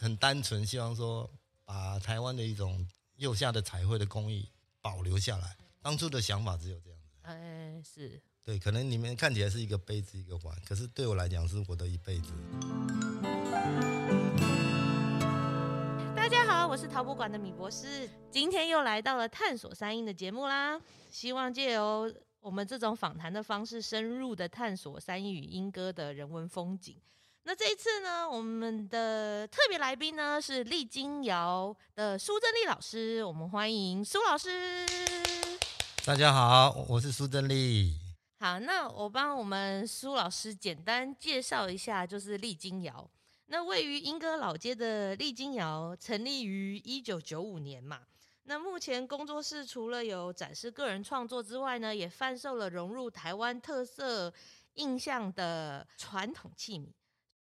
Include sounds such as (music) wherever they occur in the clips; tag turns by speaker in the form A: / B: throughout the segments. A: 很单纯，希望说把台湾的一种釉下的彩绘的工艺保留下来。当初的想法只有这样子，
B: 哎，是
A: 对，可能你们看起来是一个杯子一个碗，可是对我来讲是我的一辈子。
B: 大家好，我是陶博馆的米博士，今天又来到了探索三英的节目啦。希望借由我们这种访谈的方式，深入的探索三英与英歌的人文风景。那这一次呢，我们的特别来宾呢是丽金瑶的苏正丽老师，我们欢迎苏老师。
A: 大家好，我是苏正丽。
B: 好，那我帮我们苏老师简单介绍一下，就是丽金窑。那位于莺歌老街的丽金窑，成立于一九九五年嘛。那目前工作室除了有展示个人创作之外呢，也贩售了融入台湾特色印象的传统器皿，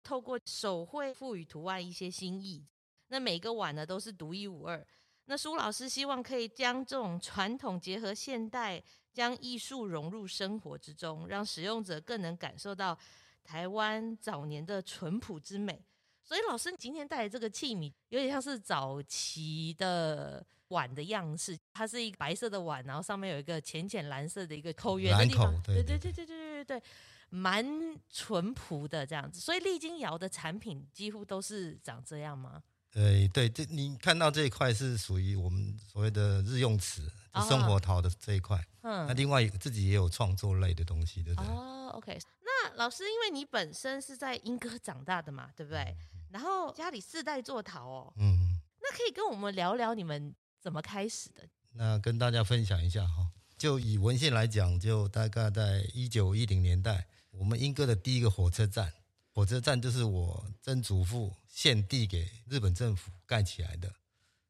B: 透过手绘赋予图案一些新意。那每个碗呢都是独一无二。那苏老师希望可以将这种传统结合现代，将艺术融入生活之中，让使用者更能感受到台湾早年的淳朴之美。所以，老师，你今天带来这个器皿，有点像是早期的碗的样式，它是一个白色的碗，然后上面有一个浅浅蓝色的一个扣圆的
A: 蓝
B: 地方
A: 口，
B: 对
A: 对
B: 对
A: 对
B: 对对对对对，蛮淳朴的这样子。所以，丽晶窑的产品几乎都是长这样吗？
A: 对对，这你看到这一块是属于我们所谓的日用瓷，就生活陶的这一块。那
B: 哦嗯，
A: 另外自己也有创作类的东西，对不对？
B: 哦，OK。那老师，因为你本身是在英歌长大的嘛，对不对？然后家里世代做陶哦，
A: 嗯，
B: 那可以跟我们聊聊你们怎么开始的？
A: 那跟大家分享一下哈，就以文献来讲，就大概在一九一零年代，我们英歌的第一个火车站，火车站就是我曾祖父献地给日本政府盖起来的。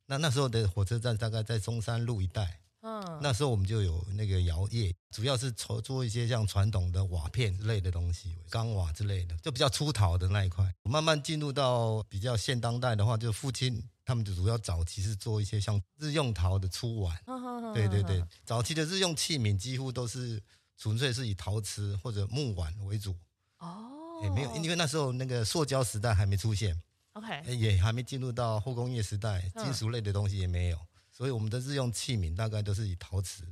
A: 那那时候的火车站大概在中山路一带，
B: 嗯，
A: 那时候我们就有那个窑业，主要是筹做一些像传统的瓦片之类的东西，钢瓦之类的，就比较粗陶的那一块。慢慢进入到比较现当代的话，就父亲他们就主要早期是做一些像日用陶的粗碗，
B: 嗯
A: 对对对，早期的日用器皿几乎都是纯粹是以陶瓷或者木碗为主，
B: 哦，
A: 哎也没有，因为哎那时候那个塑胶时代还没出现，
B: OK，
A: 也还没进入到后工业时代，
B: 哎嗯
A: 金属类的东西也没有，所以我们的日用器皿大概都是以陶瓷。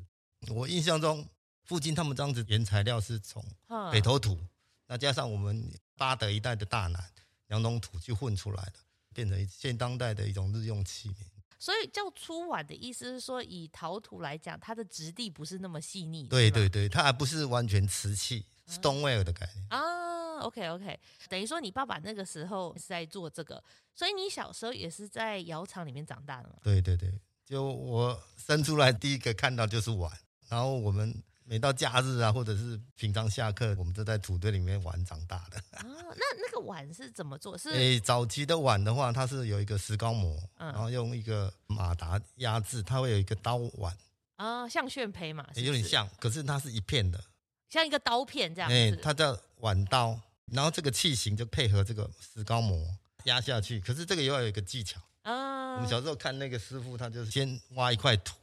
A: 我印象中，附近他们这样子原材料是从
B: 嗯
A: 北投土，那加上我们巴德一带的大南梁龙土去混出来的，变成现当代的一种日用器皿。
B: 所以叫粗碗的意思是说，以陶土来讲，它的质地不是那么细腻，
A: 对
B: 是吧
A: 对对，它还不是完全瓷器，stoneware
B: 嗯
A: 的概念。
B: 啊，OK OK，等于说你爸爸那个时候是在做这个，所以你小时候也是在窑厂里面长大的嘛？
A: 对对对，就我生出来第一个看到就是碗，然后我们每到假日啊，或者是平常下课，我们都在土堆里面玩长大的。
B: 啊，那那个碗是怎么做？是
A: 诶，早期的碗的话，它是有一个石膏模，
B: 嗯
A: 然后用一个马达压制，它会有一个刀碗，
B: 啊，像炫胚嘛，是
A: 哎有
B: 不
A: 点
B: 是
A: 像，哎可是它是一片的，
B: 像一个刀片这样
A: 诶，
B: 子。
A: 它叫碗刀，然后这个器型就配合这个石膏模压下去，可是这个也要有一个技巧。
B: 啊
A: 我们小时候看那个师傅，他就是先挖一块土，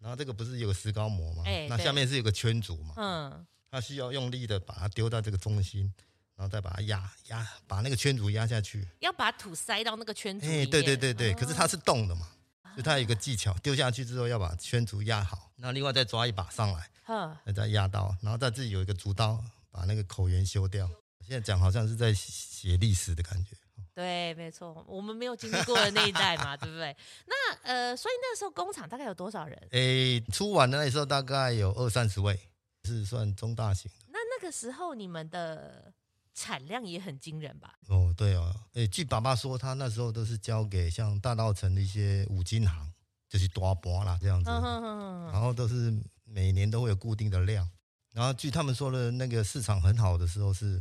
A: 然后这个不是有个石膏模吗？
B: 哎
A: 那
B: 对
A: 下面是有个圈足嘛，
B: 嗯
A: 他需要用力的把它丢到这个中心，然后再把它压压，把那个圈足压下去。
B: 要把土塞到那个圈子里
A: 哎，
B: 面。
A: 对对对对，
B: 哦
A: 可是它是动的嘛，所以它有一个技巧，丢下去之后要把圈足压好，那另外再抓一把上来，
B: 呵
A: 再压到，然后再自己有一个竹刀把那个口缘修掉。现在讲好像是在写历史的感觉。
B: 对，没错，我们没有经历过的那一代
A: (laughs)
B: 嘛，对不对？那呃，所以那时候工厂大概有多少人？
A: 哎，出碗的那时候大概有二三十位，是算中大型。
B: 那那个时候你们的产量也很惊人吧？
A: 哦，对哦，诶，据爸爸说，他那时候都是交给像大稻城的一些五金行，就是多博啦这样子，
B: 嗯哼哼
A: 然
B: 哼
A: 后都是每年都会有固定的量。然后据他们说的那个市场很好的时候是，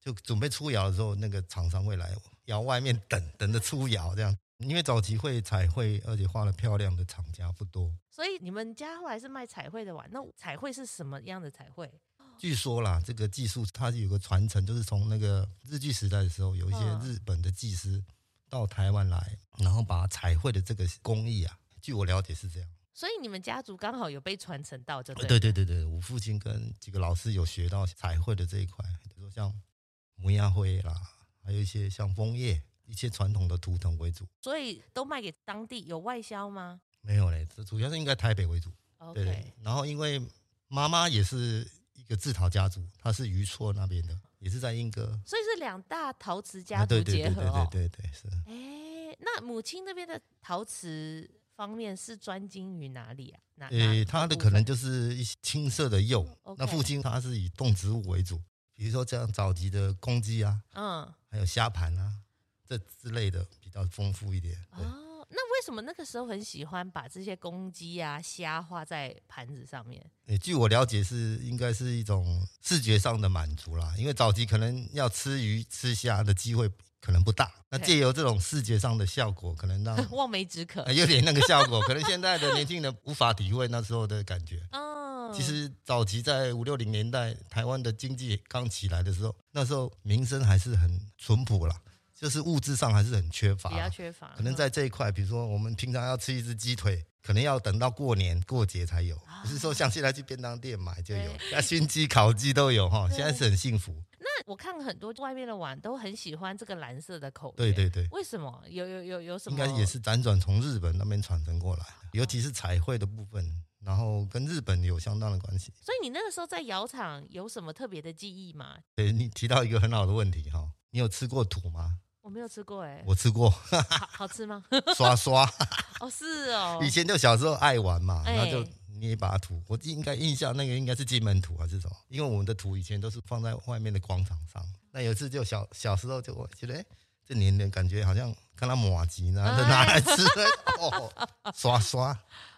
A: 就准备出窑的时候，那个厂商会来窑外面等，等着出窑这样。因为早期会彩绘，而且画的漂亮的厂家不多。
B: 所以你们家后来是卖彩绘的碗，那彩绘是什么样的彩绘？
A: 据说啦，这个技术它是有个传承，就是从那个日据时代的时候，有一些
B: 嗯
A: 日本的技师到台湾来，然后把彩绘的这个工艺啊，据我了解是这样。
B: 所以你们家族刚好有被传承到，就对了。
A: 呃对对对对，我父亲跟几个老师有学到彩绘的这一块，比如说像模亚灰啦，还有一些像枫叶，一些传统的图腾为主。
B: 所以都卖给当地有外销吗
A: 没有嘞，这主要是应该台北为主。对
B: ？OK，
A: 对。然后因为妈妈也是一个自陶家族，她是余厝那边的，也是在莺歌。
B: 所以是两大陶瓷
A: 啊，
B: 家族
A: 对对
B: 结
A: 对
B: 合
A: 对
B: 哦。
A: 对对对，是。
B: 哎，那母亲那边的陶瓷方面是专精于哪里啊？哪？
A: 呃，他
B: 他
A: 的可能就是一些青色的釉。
B: OK
A: 那父亲他是以动植物为主，比如说这样早期的公鸡啊，
B: 嗯
A: 还有虾盘啊这之类的比较丰富一点。对，
B: 哦，那为什么那个时候很喜欢把这些公鸡啊、虾画在盘子上面？ (laughs)
A: 呃据我了解是应该是一种视觉上的满足啦，因为早期可能要吃鱼吃虾的机会可能不大，那
B: 对
A: 借由这种视觉上的效果，可能
B: (laughs)
A: 让
B: 望梅止渴
A: 呃。有点那个效果，可能现在的年轻人无法体会那时候的感觉。
B: 嗯，
A: 其实早期在五六零年代，台湾的经济刚起来的时候，那时候民生还是很淳朴啦，就是物质上还是很缺乏
B: 比较
A: 啦。
B: 缺乏，
A: 可能在这一块，比如说我们平常要吃一只鸡腿，可能要等到过年过节才有，
B: 啊
A: 不是说像现在去便当店买就有，那熏鸡、烤鸡都有哈，现在是很幸福。
B: 那我看很多外面的碗都很喜欢这个蓝色的口
A: 对
B: 诀，
A: 对对，
B: 为什么？有有有有什
A: 应
B: 么？
A: 该也是辗转从日本那边传承过来的，尤其是彩绘的部分，然后跟日本有相当的关系。
B: 所以你那个时候在窑厂有什么特别的记忆吗？
A: 对你提到一个很好的问题哈，你有吃过土吗？
B: 我没有吃过哎、
A: 我吃过，
B: 好好吃吗？
A: 刷刷。
B: 哦，是哦，
A: 以前就小时候爱玩嘛，
B: 哎
A: 然后就捏一把土。我应该印象那个应该是金门土还是什么？因为我们的土以前都是放在外面的广场上。那有一次就小小时候就我觉得，哎、这年龄感觉好像看他马吉呢，
B: 哎
A: 就拿来吃，哦，刷刷，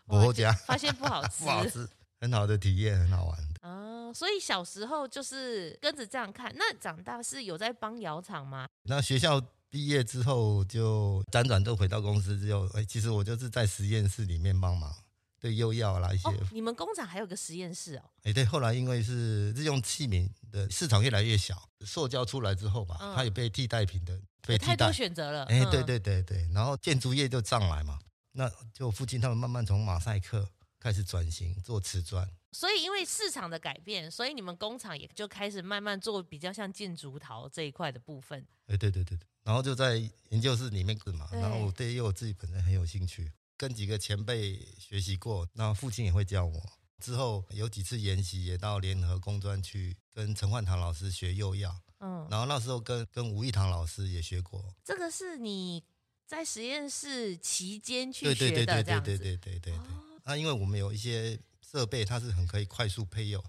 B: 哇
A: 我家
B: 发现不好
A: (laughs)
B: 吃
A: 不好吃，很好的体验，很好玩。
B: 啊。所以小时候就是跟着这样看，那长大是有在帮窑厂吗？
A: 那学校毕业之后，就辗转都回到公司之后，哎、其实我就是在实验室里面帮忙，对釉药啦一些
B: 哦，你们工厂还有个实验室哦，
A: 哎、对，后来因为是日用器皿的市场越来越小，塑胶出来之后吧，
B: 嗯
A: 它也被替代品的被
B: 有
A: 替
B: 太
A: 代
B: 多。选择了。
A: 哎、
B: 嗯
A: 对，对对对，然后建筑业就上来嘛，那就附近他们慢慢从马赛克开始转型做瓷砖。
B: 所以因为市场的改变，所以你们工厂也就开始慢慢做比较像建筑陶这一块的部分。
A: 哎、对对对对，然后就在研究室里面滚嘛，
B: 对
A: 然后我对因为我自己本身很有兴趣，跟几个前辈学习过，那父亲也会教我。之后有几次研习也到联合工专去跟陈焕堂老师学釉药，
B: 嗯，
A: 然后那时候跟跟吴义堂老师也学过，
B: 这个是你在实验室期间去
A: 对对
B: 学
A: 对
B: 的
A: 对
B: 这
A: 对
B: 样
A: 对
B: 子。哦
A: 对对对对。那因为我们有一些设备，它是很可以快速配釉。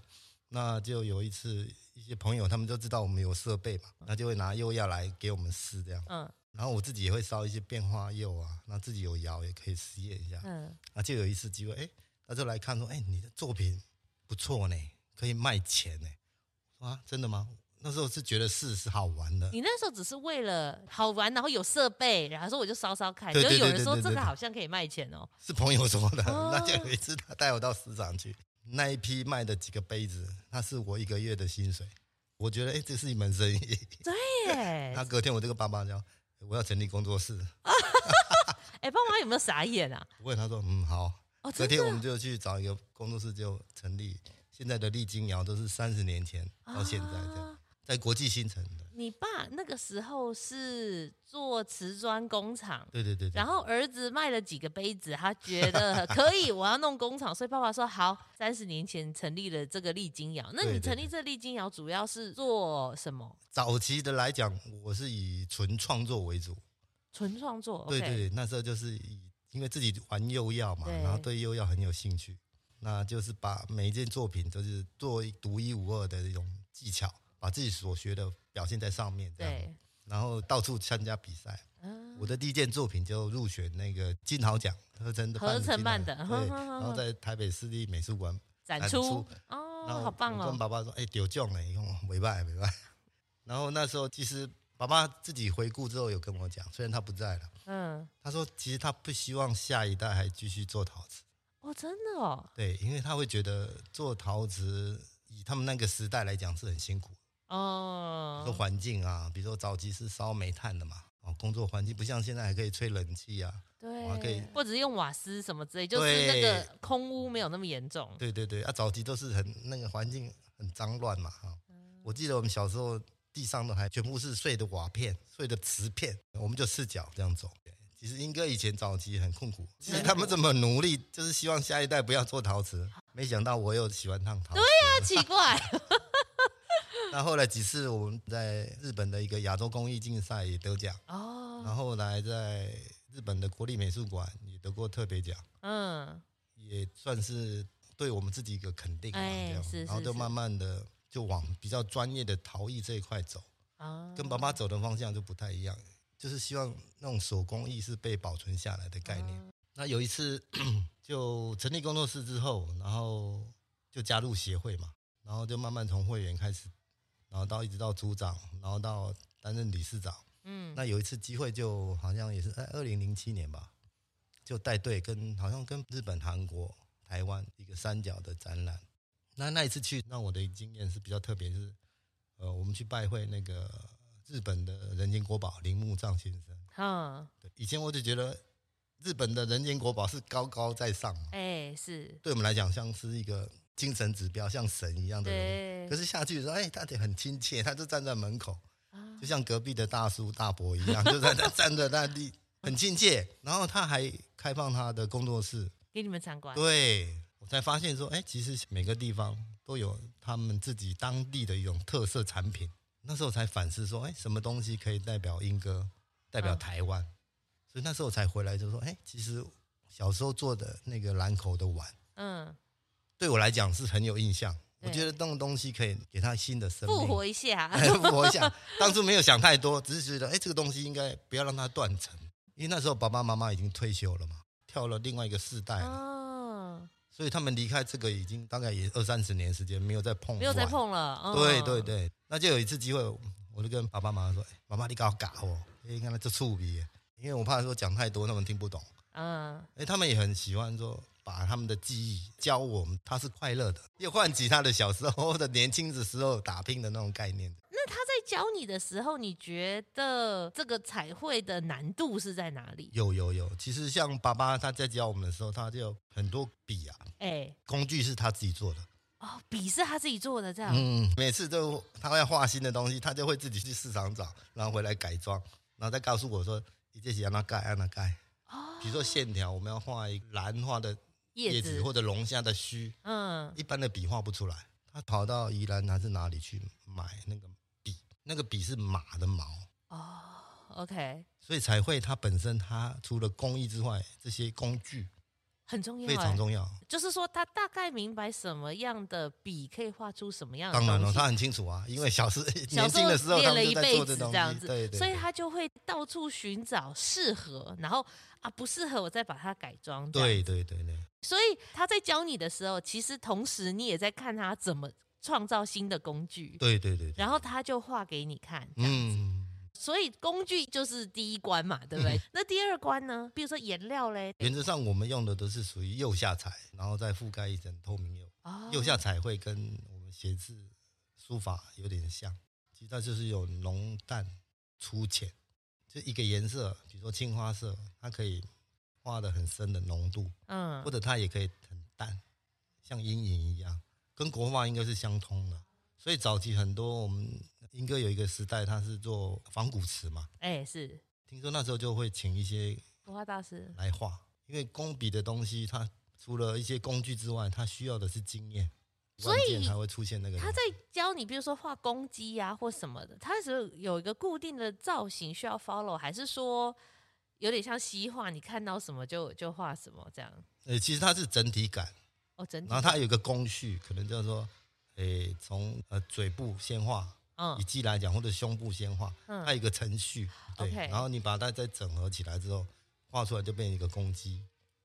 A: 那就有一次，一些朋友他们就知道我们有设备嘛，那就会拿釉药来给我们试这样。
B: 嗯
A: 然后我自己也会烧一些变化釉啊，那自己有窑也可以实验一下。
B: 嗯，
A: 那就有一次机会，哎，他就来看说，哎，你的作品不错呢，可以卖钱呢。我说啊，真的吗？那时候是觉得试是好玩的，
B: 你那时候只是为了好玩，然后有设备，然后说我就烧烧看，
A: 对
B: 就
A: 对
B: 有
A: 对
B: 人
A: 对
B: 说
A: 对
B: 这
A: 对
B: 个
A: 对
B: 好像可以卖钱哦。
A: 是朋友说的，
B: 哦
A: 那就有一次他带我到市场去，那一批卖的几个杯子，那是我一个月的薪水。我觉得，哎、这是一门生意。
B: 耶，
A: 那
B: 哎、
A: 隔天我这个爸爸讲，我要成立工作室。
B: 哎爸妈有没有傻眼啊？
A: 我问他说，嗯，好。
B: 哦，
A: 隔
B: 真
A: 天
B: 的
A: 我们就去找一个工作室，就成立。现在的丽晶窑都是三十年前到现在这样，
B: 啊
A: 在国际新城的。
B: 你爸那个时候是做瓷砖工厂，
A: 对对对对
B: 然。后儿子卖了几个杯子，他觉
A: (laughs)
B: 得可以，我要弄工厂，所以爸爸说好。三十年前成立了这个丽晶窑，那
A: 对
B: 你
A: 对
B: 成
A: 对
B: 立这丽晶窑主要是做什么？
A: 早期的来讲，我是以纯创作为主。
B: 纯创作。
A: 对
B: OK
A: 对对，那时候就是以因为自己玩釉药嘛，
B: 对
A: 然后对釉药很有兴趣，那就是把每一件作品都是做一独一无二的这种技巧，把自己所学的表现在上面，这样，
B: 对，
A: 然后到处参加比赛。
B: 嗯
A: 我的第一件作品就入选那个金豪奖，合成的
B: 合成办
A: 金
B: 的
A: 豪奖对，
B: 呵呵呵
A: 然后在台北市立美术馆
B: 展
A: 展
B: 出
A: 出
B: 哦，
A: 然后
B: 好棒
A: 我跟
B: 哦。
A: 爸爸说：“哎、丢奖了，用没办没办。” (laughs) 然后那时候其实爸爸自己回顾之后有跟我讲，虽然他不在了，
B: 嗯，
A: 他说其实他不希望下一代还继续做陶瓷，
B: 哦，真的哦，
A: 对，因为他会觉得做陶瓷以他们那个时代来讲是很辛苦，
B: 哦，
A: 说环境啊，比如说早期是烧煤炭的嘛，哦，工作环境不像现在还可以吹冷气啊，还可以
B: 对，或者是用瓦斯什么之类，就是那个空屋没有那么严重。
A: 哦对对对，啊，早期都是很那个环境很脏乱嘛，哈、我记得我们小时候地上的还全部是碎的瓦片、碎的瓷片，我们就赤脚这样走。对其实英哥以前早期很痛苦，其 (laughs) 实他们这么努力，就是希望下一代不要做陶瓷。没想到我又喜欢烫陶瓷。
B: 那 (laughs) 奇
A: (laughs)
B: 怪，
A: 那后来几次我们在日本的一个亚洲工艺竞赛也得奖，
B: 哦，
A: 然后后来在日本的国立美术馆也得过特别奖，
B: 嗯，
A: 也算是对我们自己一个肯定嘛。
B: 哎
A: 这样
B: 是是
A: 然后就是慢慢的就往比较专业的陶艺这一块走，
B: 啊，
A: 跟爸爸走的方向就不太一样，就是希望那种手工艺是被保存下来的概念。那有一次就成立工作室之后，然后就加入协会嘛，然后就慢慢从会员开始，然后到一直到组长，然后到担任理事长。
B: 嗯，
A: 那有一次机会，就好像也是在二零零七年吧，就带队跟好像跟日本、韩国、台湾一个三角的展览。那那一次去，让我的经验是比较特别，就是呃，我们去拜会那个日本的人间国宝铃木藏先生。
B: 嗯，
A: 对，以前我就觉得日本的人间国宝是高高在上嘛，
B: 哎，是，
A: 对我们来讲像是一个精神指标，像神一样的人物。
B: 对
A: 可，是下去的时候，哎，他得很亲切，他就站在门口，
B: 啊
A: 就像隔壁的大叔大伯一样，就在那站着那里很亲切。然后他还开放他的工作室，
B: 给你们参观，
A: 对我才发现说，哎，其实每个地方都有他们自己当地的一种特色产品。那时候才反思说，哎，什么东西可以代表英歌，代表
B: 嗯
A: 台湾？所以那时候才回来就说，哎，其实小时候做的那个兰口的碗，
B: 嗯，
A: 对我来讲是很有印象。我
B: 对
A: 觉得那种东西可以给它新的生命，哎
B: 复活一下，
A: 复活一下。当初没有想太多，只是觉得哎，这个东西应该不要让它断层，因为那时候爸爸妈妈已经退休了嘛，跳了另外一个世代了，
B: 哦，
A: 所以他们离开这个已经大概也二三十年时间没有再碰，
B: 没有再。碰了，嗯
A: 对对，对，那就有一次机会，我就跟爸爸妈妈说：“哎妈妈，你搞嘎哦，哎，你看他这触鼻，因为我怕说讲太多他们听不懂。
B: 嗯，
A: 哎，他们也很喜欢说。”把他们的记忆教我们，他是快乐的，又唤起他的小时候或者年轻的时候打拼的那种概念。
B: 那他在教你的时候，你觉得这个彩绘的难度是在哪里？
A: 有有有，其实像爸爸他在教我们的时候，他就有很多笔啊，
B: 哎，
A: 工具是他自己做的。
B: 哦，笔是他自己做的，这样，
A: 嗯，每次都他要画新的东西，他就会自己去市场找，然后回来改装，然后再告诉我说，你这些让他盖，让他盖。
B: 哦，
A: 比如说线条，我们要画一个兰花的叶
B: 叶
A: 子或者龙虾的须，
B: 嗯，
A: 一般的笔画不出来。他跑到宜兰还是哪里去买那个笔？那个笔是马的毛，
B: 哦，OK，
A: 所以彩绘它本身，它除了工艺之外，这些工具
B: 很重要，
A: 非常重要。
B: 要，就是说他大概明白什么样的笔可以画出什么样的
A: 当然了，
B: 东西
A: 他很清楚啊，因为小时
B: 小
A: 年
B: 时
A: 轻的时候
B: 练
A: 他
B: 了
A: 们
B: 一
A: 就在
B: 辈
A: 做
B: 子
A: 这东
B: 这样
A: 西，
B: 子，
A: 对对。
B: 所以
A: 对
B: 他就会到处寻找适合，然后啊不适合我再把它改装。这样，
A: 对对对对，
B: 所以他在教你的时候，其实同时你也在看他怎么创造新的工具，
A: 对对对对，
B: 然后他就画给你看。这样
A: 嗯，
B: 所以工具就是第一关嘛，对不对？那第二关呢？比如说颜料嘞，
A: 原则上我们用的都是属于釉下彩，然后再覆盖一层透明釉。
B: 哦
A: 釉下彩绘跟我们写字书法有点像，其实它就是有浓淡粗浅，就一个颜色，比如说青花色，它可以画的很深的浓度，
B: 嗯
A: 或者它也可以很淡，像阴影一样，跟国画应该是相通的。所以早期很多我们英哥有一个时代，他是做仿古瓷嘛，
B: 哎是
A: 听说那时候就会请一些
B: 国画大师，
A: 来画，因为工笔的东西，它除了一些工具之外，它需要的是经验，
B: 所以
A: 关键才会出现那个东西。
B: 他在教你，比如说画公鸡呀、或什么的，他是有一个固定的造型需要 follow，还是说有点像西画，你看到什么就就画什么这样？
A: 呃，其实它是整体感，
B: 哦，整体
A: 然后它有一个工序，可能叫做，诶，从呃嘴部先画，
B: 嗯
A: 以肌来讲，或者胸部先画，
B: 嗯
A: 它有一个程序，对
B: OK
A: 然后你把它再整合起来之后，画出来就变成一个公鸡。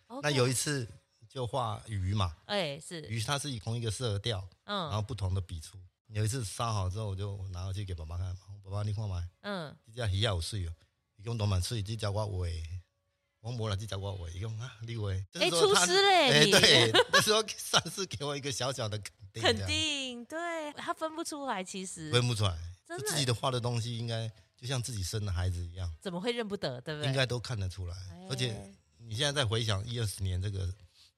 A: 那
B: OK
A: 有一次就画鱼嘛，
B: 哦哎是
A: 鱼它是以同一个色调，然后
B: 嗯
A: 不同的笔触。有一次杀好之后，我就拿回去给爸爸看，爸爸你看嘛，
B: 嗯
A: 这只鱼好水哦，伊讲都蛮水，这只我画的，我无啦，这只我画的，伊讲啊，你画的，就是
B: 哎
A: 说他
B: 厨师嘞
A: 哎
B: 你
A: 对，那时候 (laughs) 算是给我一个小小的肯定，
B: 肯
A: 这样
B: 定对，他分不出来，其实
A: 分不出来，
B: 真
A: 就
B: 的
A: 自己的画的东西，应该就像自己生的孩子一样，
B: 怎么会认不得，对不对？
A: 应该都看得出来
B: 哎，
A: 而且你现在再回想一二十年这个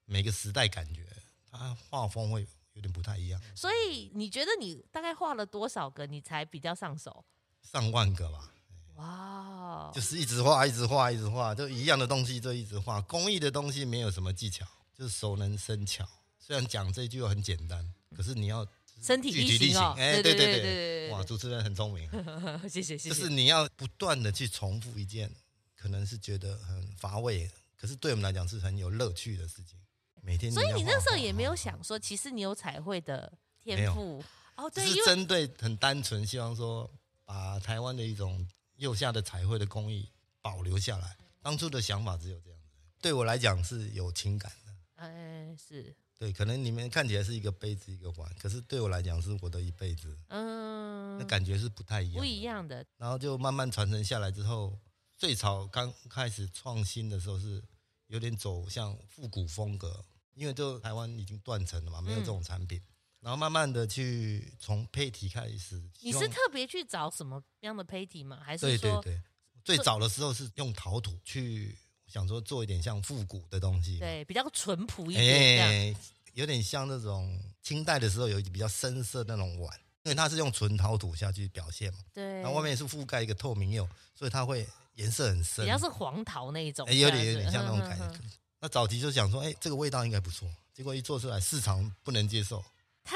A: 每个时代感觉，他画风会有点不太一样，
B: 所以你觉得你大概画了多少个，你才比较上手？
A: 上万个吧。
B: 哇、
A: 就是一直画，一直画，一直画，就一样的东西就一直画。工艺的东西没有什么技巧，就是熟能生巧。虽然讲这句话很简单，可是你要
B: 身体
A: 具体力
B: 行
A: 行。
B: 哦，
A: 哎、
B: 对
A: 对
B: 对
A: 对，哇，
B: 对
A: 主持人很聪明，
B: 对，谢谢谢
A: 就
B: 谢
A: 是。你要不断的去重复一件，可能是觉得很乏味，可是对我们来讲是很有乐趣的事情。每天
B: 所以
A: 要
B: 你那
A: 画
B: 时候
A: 画
B: 也没有
A: 画
B: 想说，其实你有彩绘的
A: 哦没
B: 天
A: 有
B: 赋哦，
A: 只
B: 对，因
A: 是
B: 为
A: 针对很单纯，希望说把台湾的一种釉下的彩绘的工艺保留下来。当初的想法只有这样子，对我来讲是有情感的。
B: 哎是
A: 对，可能你们看起来是一个杯子一个碗，可是对我来讲是我的一辈子，
B: 嗯
A: 那，感觉是不太一样
B: 不一
A: 的。
B: 样的，
A: 然后就慢慢传承下来之后，最早刚开始创新的时候是有点走向复古风格，因为就台湾已经断层了嘛，没有
B: 嗯
A: 这种产品。然后慢慢的去从配体开始，希
B: 你是
A: 望
B: 特别去找什么样的胚体吗？还是
A: 对
B: 说
A: 对对，最早的时候是用陶土去想说做一点像复古的东西，
B: 对比较淳朴一点这样？
A: 哎，有点像那种清代的时候有比较深色那种碗，因为它是用纯陶土下去表现嘛，
B: 对，
A: 然后外面是覆盖一个透明釉，所以它会颜色很深
B: 比，较是黄桃那一种
A: 哎，
B: 这
A: 有
B: 样子，嗯
A: 点有点像那种感
B: 哼哼
A: 觉
B: 哼。
A: 那早期就想说，哎，这个味道应该不错，结果一做出来市场不能接
B: (laughs)
A: 受，
B: 太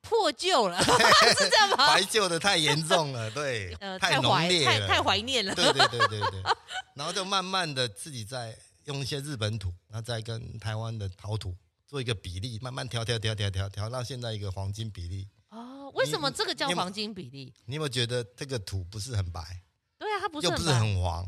B: 破旧了，是这样吗？
A: 白旧的太严重了，对，
B: 呃，
A: 太浓
B: 怀
A: 烈
B: 太
A: 了，
B: 太怀念
A: (laughs)
B: 了。
A: 对对对对对，然后就慢慢的自己再用一些日本土，然后再跟台湾的陶土做一个比例，慢慢调调调调调调到现在一个黄金比例。
B: 哦，为什么这个叫
A: 你有没有
B: 黄金比例？
A: 你有没有觉得这个土不是很白，
B: 对啊，它不是
A: 又
B: 很
A: 不是
B: 白
A: 很黄？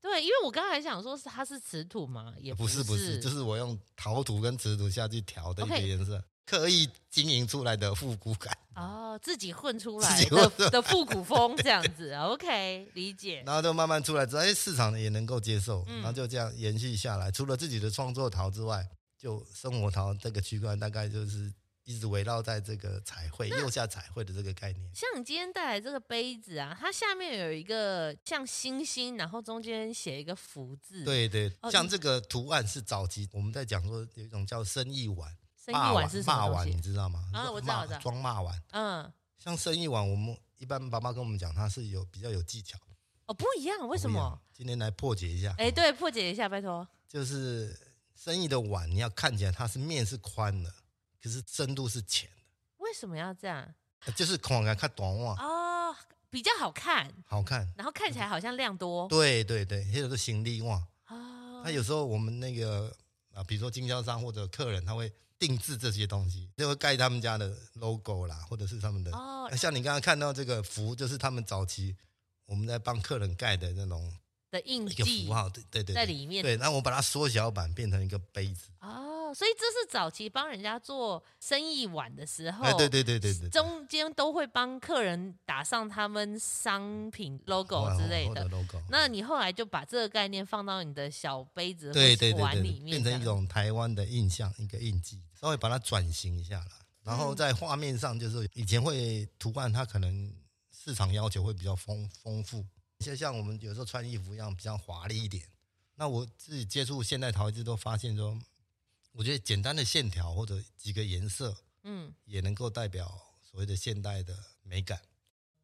B: 对，因为我刚才想说是它是瓷土嘛，也
A: 不是
B: 是
A: 不是，就是我用陶土跟瓷土下去调的一个
B: OK
A: 颜色，刻意经营出来的复古感，
B: 哦，自己混出来
A: 自己
B: 的
A: 混出来
B: 的复
A: (laughs)
B: 古风这样子，OK，理解。
A: 然后就慢慢出来之后，哎，市场也能够接受，
B: 嗯
A: 然后就这样延续下来。除了自己的创作陶之外，就生活陶这个区块大概就是一直围绕在这个彩绘、右下彩绘的这个概念。
B: 像你今天带来这个杯子啊，它下面有一个像星星，然后中间写一个福字，，
A: 对对
B: 哦，
A: 像
B: 你
A: 这个图案是早期我们在讲说有一种叫生意碗，
B: 生意碗是什
A: 霸
B: 么
A: 碗
B: 东
A: 你
B: 西？
A: 知道吗？
B: 啊
A: 就是
B: 我知道
A: 骂
B: 我知道
A: 装骂碗。
B: 嗯，
A: 像生意碗，我们一般爸妈跟我们讲，它是有比较有技巧。
B: 哦，不一样，为什
A: 不一样
B: 么？？
A: 今天来破解一下。
B: 哎，，对，破解一下，拜托。
A: 就是生意的碗，你要看起来它是面是宽的，可是深度是浅的
B: 为什么要这样？
A: 呃，就是看起来看短碗
B: 哦，比较好看，
A: 好看。
B: 然后看起来好像量多
A: 对对对，那个是行李碗。
B: 哦
A: 那有时候我们那个啊，比如说经销商或者客人，他会定制这些东西，就会盖他们家的 logo 啦，或者是他们的。
B: 哦
A: 那像你刚刚看到这个符，就是他们早期我们在帮客人盖的那种
B: 的印
A: 一个
B: 记
A: 符号，对对对，
B: 在
A: 对
B: 里面
A: 对，那我把它缩小版变成一个杯子，
B: 哦，所以这是早期帮人家做生意碗的时候，
A: 哎，对对对对对，
B: 中间都会帮客人打上他们商品 logo 之类
A: 或者
B: 的。
A: logo，
B: 那你后来就把这个概念放到你的小杯子
A: 对对
B: 或是
A: 对
B: 碗
A: 对
B: 里
A: 对，
B: 面，
A: 变成一种台湾的印象，一个印记，稍微把它转型一下了。然
B: 嗯
A: 后在画面上，就是以前会图案，它可能市场要求会比较丰丰富，就像我们有时候穿衣服一样，比较华丽一点。那我自己接触现代陶艺，都发现说，我觉得简单的线条或者几个颜色，
B: 这样嗯
A: 也能够代表所谓的现代的美感，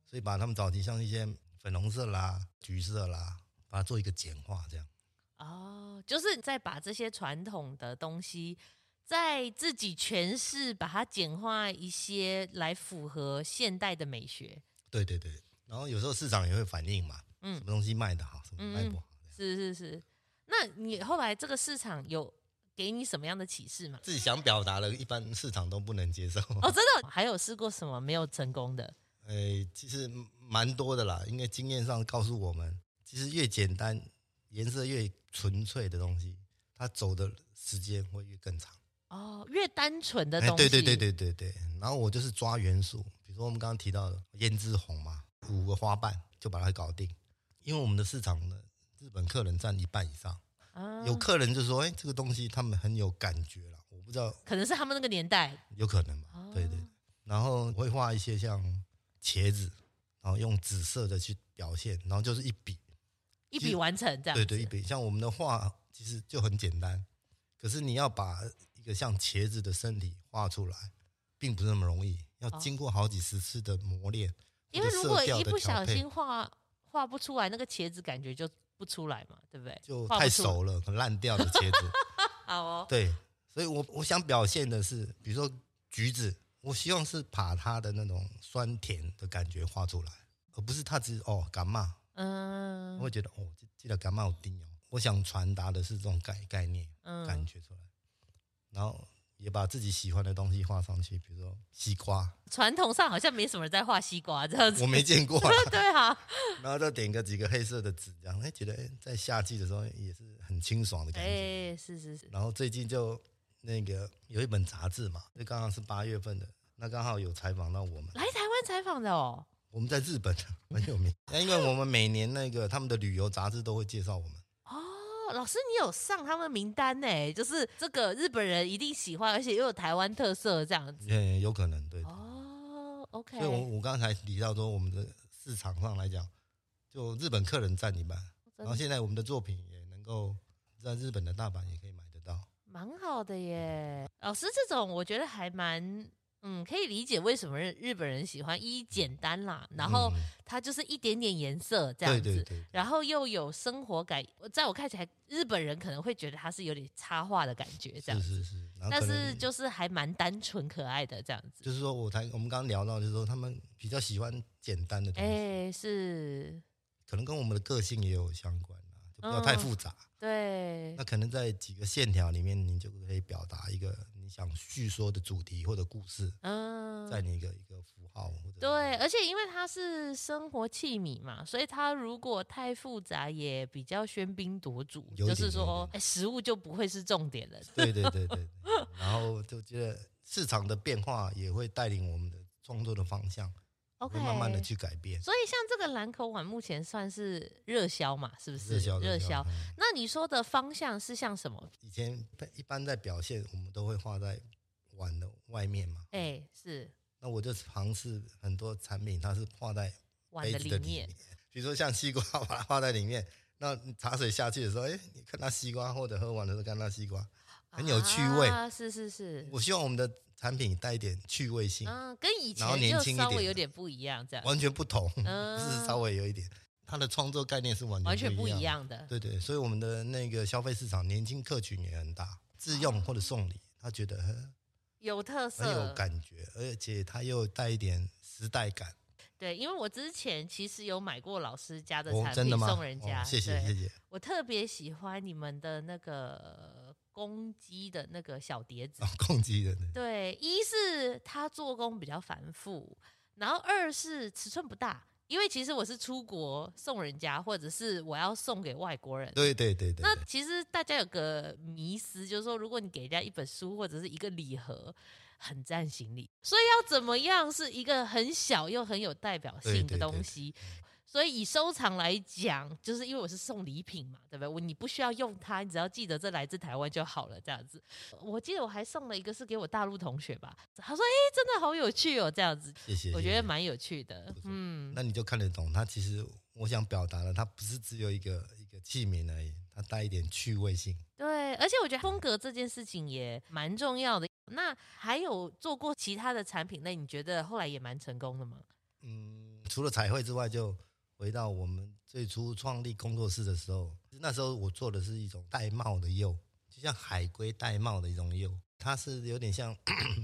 A: 所以把他们早期像一些粉红色啦、橘色啦，把它做一个简化，这样
B: 哦，就是再把这些传统的东西。在自己诠释，把它简化一些，来符合现代的美学。
A: 对对对，然后有时候市场也会反映嘛，
B: 嗯
A: 什么东西卖的好，什么卖不好，
B: 是是是，那你后来这个市场有给你什么样的启示吗？
A: 自己想表达的，一般市场都不能接受。 (laughs)
B: 哦，真的，还有试过什么没有成功的？
A: 呃，其实蛮多的啦，因为经验上告诉我们，其实越简单、颜色越纯粹的东西，它走的时间会越更长。
B: 哦，越单纯的
A: 哎，
B: 东
A: 对
B: 西，
A: 对对对对对。然后我就是抓元素，比如说我们刚刚提到的胭脂红嘛，五个花瓣就把它搞定。因为我们的市场呢，日本客人占一半以上，
B: 啊
A: 有客人就说：“哎，这个东西他们很有感觉了。”我不知道，
B: 可能是他们那个年代
A: 有可能吧？
B: 哦
A: 对对。然后我会画一些像茄子，然后用紫色的去表现，然后就是一笔，
B: 一
A: 其
B: 笔
A: 实
B: 完成这样
A: 对
B: 子，
A: 对一笔。像我们的画其实就很简单，可是你要把一个像茄子的身体画出来，并不是那么容易，要
B: 哦
A: 经过好几十次的磨练。
B: 因为
A: 或者
B: 如
A: 色
B: 果
A: 调
B: 一
A: 的
B: 不
A: 调
B: 小
A: 配
B: 心画画不出来，那个茄子感觉就不出来嘛，对不对？
A: 就
B: 画不
A: 太
B: 出来
A: 熟了，可能烂掉的茄子。
B: 好哦，
A: 对，所以我我想表现的是，比如说橘子，我希望是把它的那种酸甜的感觉画出来，而不是它只是哦感冒，
B: 嗯
A: 我会觉得哦，这这个感冒有定哦。我想传达的是这种概概念
B: 嗯
A: 感觉出来，然后也把自己喜欢的东西画上去，比如说西瓜，
B: 传统上好像没什么人在画西瓜这样子，
A: 我。没见过
B: (laughs)
A: 啦，
B: 对
A: (laughs)
B: 啊，
A: 然后再点个几个黑色的纸，这样哎，觉得哎在夏季的时候也是很清爽的感觉。
B: 哎，是是是，
A: 然后最近就那个有一本杂志嘛，就刚好是八月份的，那刚好有采访到我们，
B: 来台湾采访的哦，
A: 我们在日本 (laughs) 很有名，那因为我们每年那个他们的旅游杂志都会介绍我们，
B: 哦，老师，你有上他们名单呢，就是这个日本人一定喜欢，而且又有台湾特色这样子。
A: 嗯，有可能对。
B: 哦，OK，
A: 所以我我刚才提到说，我们的市场上来讲，就日本客人占一半，
B: 真
A: 然后
B: 的
A: 现在我们的作品也能够在日本的大阪也可以买得到。
B: 蛮好的耶。老师这种我觉得还蛮。嗯，可以理解为什么日日本人喜欢一简单啦，然后
A: 嗯
B: 它就是一点点颜色这样
A: 对对
B: 子，
A: 对，
B: 然后又有生活感。我在我看起来，日本人可能会觉得它是有点插画的感觉这样
A: 是，是是，然后
B: 但
A: 可
B: 是
A: 能
B: 就是还蛮单纯可爱的这样子。
A: 就是说我才我们刚刚聊到，就是说他们比较喜欢简单的东西。
B: 哎、是，
A: 可能跟我们的个性也有相关啦，就不要
B: 嗯
A: 太复杂。
B: 对
A: 那，可能在几个线条里面，你就可以表达一个你想叙说的主题或者故事，
B: 嗯，
A: 在你一个一个符号或者
B: 对，而且因为它是生活器皿嘛，所以它如果太复杂，也比较喧宾夺主，
A: 有
B: 就是
A: 点有
B: 说
A: 点、
B: 哎食物就不会是重点了。
A: (laughs) 对对对对，对然后就觉得市场的变化也会带领我们的创作的方向，
B: OK，
A: 会慢慢的去改变。
B: 所以像这个兰口碗目前算是热销嘛，是不是？
A: 热销
B: 热销。
A: 嗯
B: 那你说的方向是像什么？
A: 以前一般在表现，我们都会画在碗的外面嘛。
B: 哎、是
A: 那我就尝试很多产品，它是画在
B: 碗
A: 杯
B: 的
A: 子的
B: 里
A: 里
B: 面
A: 面。比如说像西瓜，把它画在里面，那你茶水下去的时候，哎，你看到西瓜，或者喝完的时候看到西瓜。很有趣味
B: 啊，是是是。
A: 我希望我们的产品带一点趣味性，
B: 嗯，跟以
A: 然后
B: 前
A: 年
B: 就
A: 轻一
B: 稍
A: 点
B: 微有
A: 的
B: 点不一样，这样
A: 完全不同，(laughs)
B: 嗯
A: 就是稍微有一点，它的创作概念是完
B: 完
A: 全
B: 全不
A: 一
B: 一
A: 样。
B: 样的。
A: 对对，所以我们的那个消费市场，年轻客群也很大，自用或者送礼，他觉得很
B: 有特
A: 很有
B: 色。
A: 感觉，而且他又带一点时代感。
B: 对，因为我之前其实有买过老师家的
A: 哦
B: 产，
A: 真的
B: 品
A: 吗？
B: 送人家，
A: 哦谢谢
B: 对
A: 谢谢。
B: 我特别喜欢你们的那个公鸡的那个小碟子
A: 哦，， (laughs) 攻击人的，
B: 对，一是它做工比较繁复，然后二是尺寸不大，因为其实我是出国送人家，或者是我要送给外国人。
A: 对对对对对
B: 那。其实大家有个迷思，就是说，如果你给人家一本书或者是一个礼盒，很占行李，所以要怎么样是一个很小又很有代表性的
A: 对对对
B: 东西。所以以收藏来讲，就是因为我是送礼品嘛，对不对？我你不需要用它，你只要记得这来自台湾就好了，这样子。我记得我还送了一个是给我大陆同学吧，他说：“哎、真的好有趣哦，这样子。
A: 谢谢”。
B: 我
A: 谢
B: 觉
A: 谢
B: 得蛮有趣的，嗯，
A: 那你就看得懂，它其实我想表达的，它不是只有一个一个器皿而已，它带一点趣味性。
B: 对，而且我觉得风格这件事情也蛮重要的。那还有做过其他的产品类，你觉得后来也蛮成功的吗？
A: 嗯，除了彩绘之外，就回到我们最初创立工作室的时候，那时候我做的是一种玳瑁的釉，就像海龟玳瑁的一种釉，它是有点像 (coughs)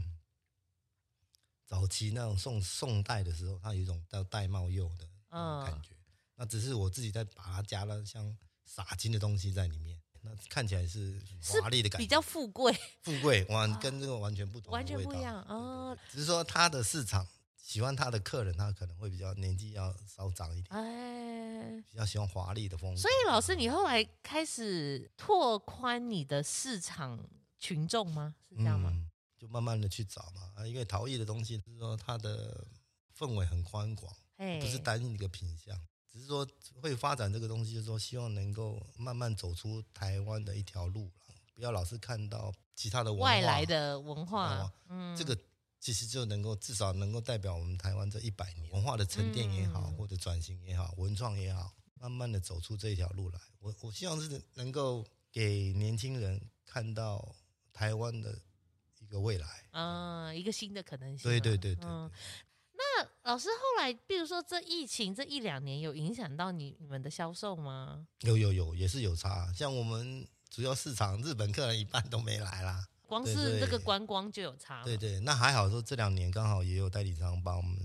A: 早期那种宋宋代的时候，它有一种叫玳瑁釉的
B: 嗯
A: 那种嗯感觉。那只是我自己在把它加了像洒金的东西在里面，那看起来是
B: 是
A: 华丽的感觉，
B: 比较富贵，
A: 富贵完
B: 啊
A: 跟这个完全不同的
B: 完
A: 味道，
B: 全不一样
A: 对对对
B: 哦
A: 只是说他的市场喜欢他的客人，他可能会比较年纪要稍长一点，
B: 哎。
A: 比较喜欢华丽的风格。
B: 啊所以老师，你后来开始拓宽你的市场群众吗？是这样吗？
A: 嗯，就慢慢的去找嘛，啊，因为陶艺的东西就是说它的氛围很宽广，
B: 哎、
A: 不是单一一个品相。只是说会发展这个东西，就是说希望能够慢慢走出台湾的一条路啦不要老是看到其他的文化
B: 外来的文
A: 文
B: 化
A: 化，
B: 嗯，
A: 这个其实就能够至少能够代表我们台湾这一百年文化的沉淀也好，
B: 嗯
A: 或者转型也好，文创也好，慢慢的走出这条路来。我我希望是能够给年轻人看到台湾的一个未来。
B: 嗯，一个新的可能性啊。
A: 对对对对
B: 嗯
A: 对，
B: 那老师后来，比如说这疫情这一两年，有影响到你你们的销售吗？
A: 有有有，也是有差。啊像我们主要市场，日本客人一半都没来啦。
B: 光
A: 对
B: 是这个
A: 对
B: 观光就有差嘛。
A: 对对，那还好说，这两年刚好也有代理商帮我们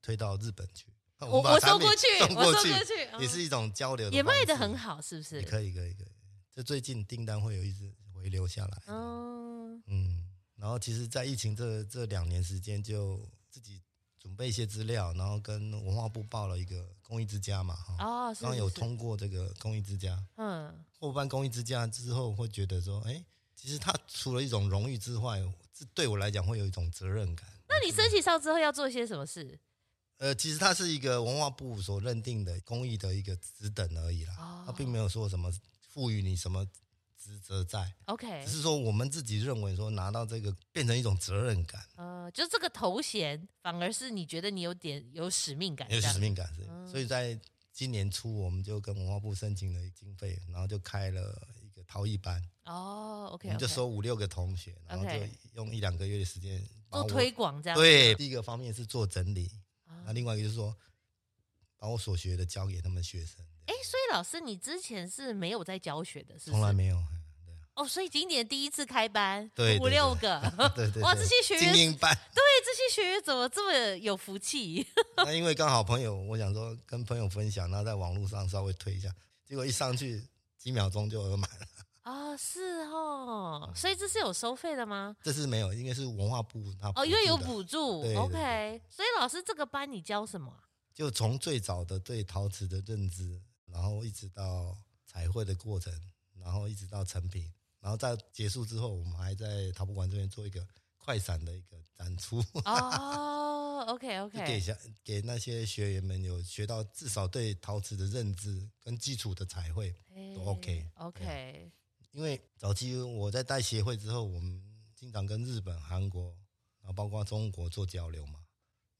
A: 推到日本去，
B: 我
A: 们把
B: 我
A: 产
B: 收
A: 品
B: 过去，
A: 送
B: 我
A: 过
B: 收
A: 去，
B: 过去，
A: 也
B: 嗯
A: 是一种交流的方式，
B: 也卖的很好，是不
A: 也
B: 是？
A: 可以可以可以。这最近订单会有一直回流下来，嗯
B: 嗯，
A: 然后其实，在疫情这这两年时间，就自己准备一些资料，然后跟文化部报了一个公益之家嘛，哈、
B: 哦，是
A: 刚刚有，
B: 是是
A: 通过这个公益之家，
B: 嗯，
A: 获颁公益之家之后，会觉得说，哎，其实它除了一种荣誉之外，这对我来讲会有一种责任感。
B: 那你申请上之后要做些什么事？
A: 呃，其实它是一个文化部所认定的公益的一个职等而已啦，它
B: 哦
A: 并没有说什么赋予你什么职责在，
B: OK，
A: 只是说我们自己认为说拿到这个变成一种责任感，
B: 呃，就这个头衔，反而是你觉得你有点有使命感，
A: 有
B: 哎这样
A: 使命感是
B: 嗯。
A: 所以在今年初，我们就跟文化部申请了经费，然后就开了一个陶艺班，
B: 哦
A: 我
B: ，OK，
A: 们就收五六个同学，然后
B: OK
A: 就用一两个月的时间把
B: 做
A: 我
B: 推广啊这样子，
A: 对，第一个方面是做整理，
B: 啊。
A: 那另外一个就是说，把我所学的教给他们学生，
B: 哎，所以老师你之前是没有在教学的，是不
A: 从来
B: 是？
A: 没有。 (laughs)
B: 哦，所以今年第一次开班，
A: 对对
B: 五六
A: (laughs)
B: 个，
A: 对
B: (laughs)
A: 对，
B: 哇，
A: 对
B: 这些学员，
A: 精
B: 对
A: 英班。
B: 这些学员怎么这么有福气？ (laughs)
A: 那因为刚好朋友，我想说跟朋友分享，然后在网络上稍微推一下，结果一上去几秒钟就额满了。
B: 啊，是哦，
A: 啊
B: 所以这是有收费的吗？
A: 这是没有，应该是文化部他
B: 哦，因为有
A: 补助的，
B: 补助
A: 对对对
B: ，OK。所以老师这个班你教什么啊？
A: 就从最早的对陶瓷的认知，然后一直到彩绘的过程，然后一直到成品，然后在结束之后，我们还在陶博馆这边做一个快闪的一个展出。
B: 啊
A: (laughs)
B: 哦，OK
A: 就给
B: OK，
A: 下给那些学员们有学到至少对陶瓷的认知跟基础的彩绘，都 OK，
B: 哎 OK，
A: 因为早期我在带协会之后，我们经常跟日本、韩国，然后包括中国做交流嘛。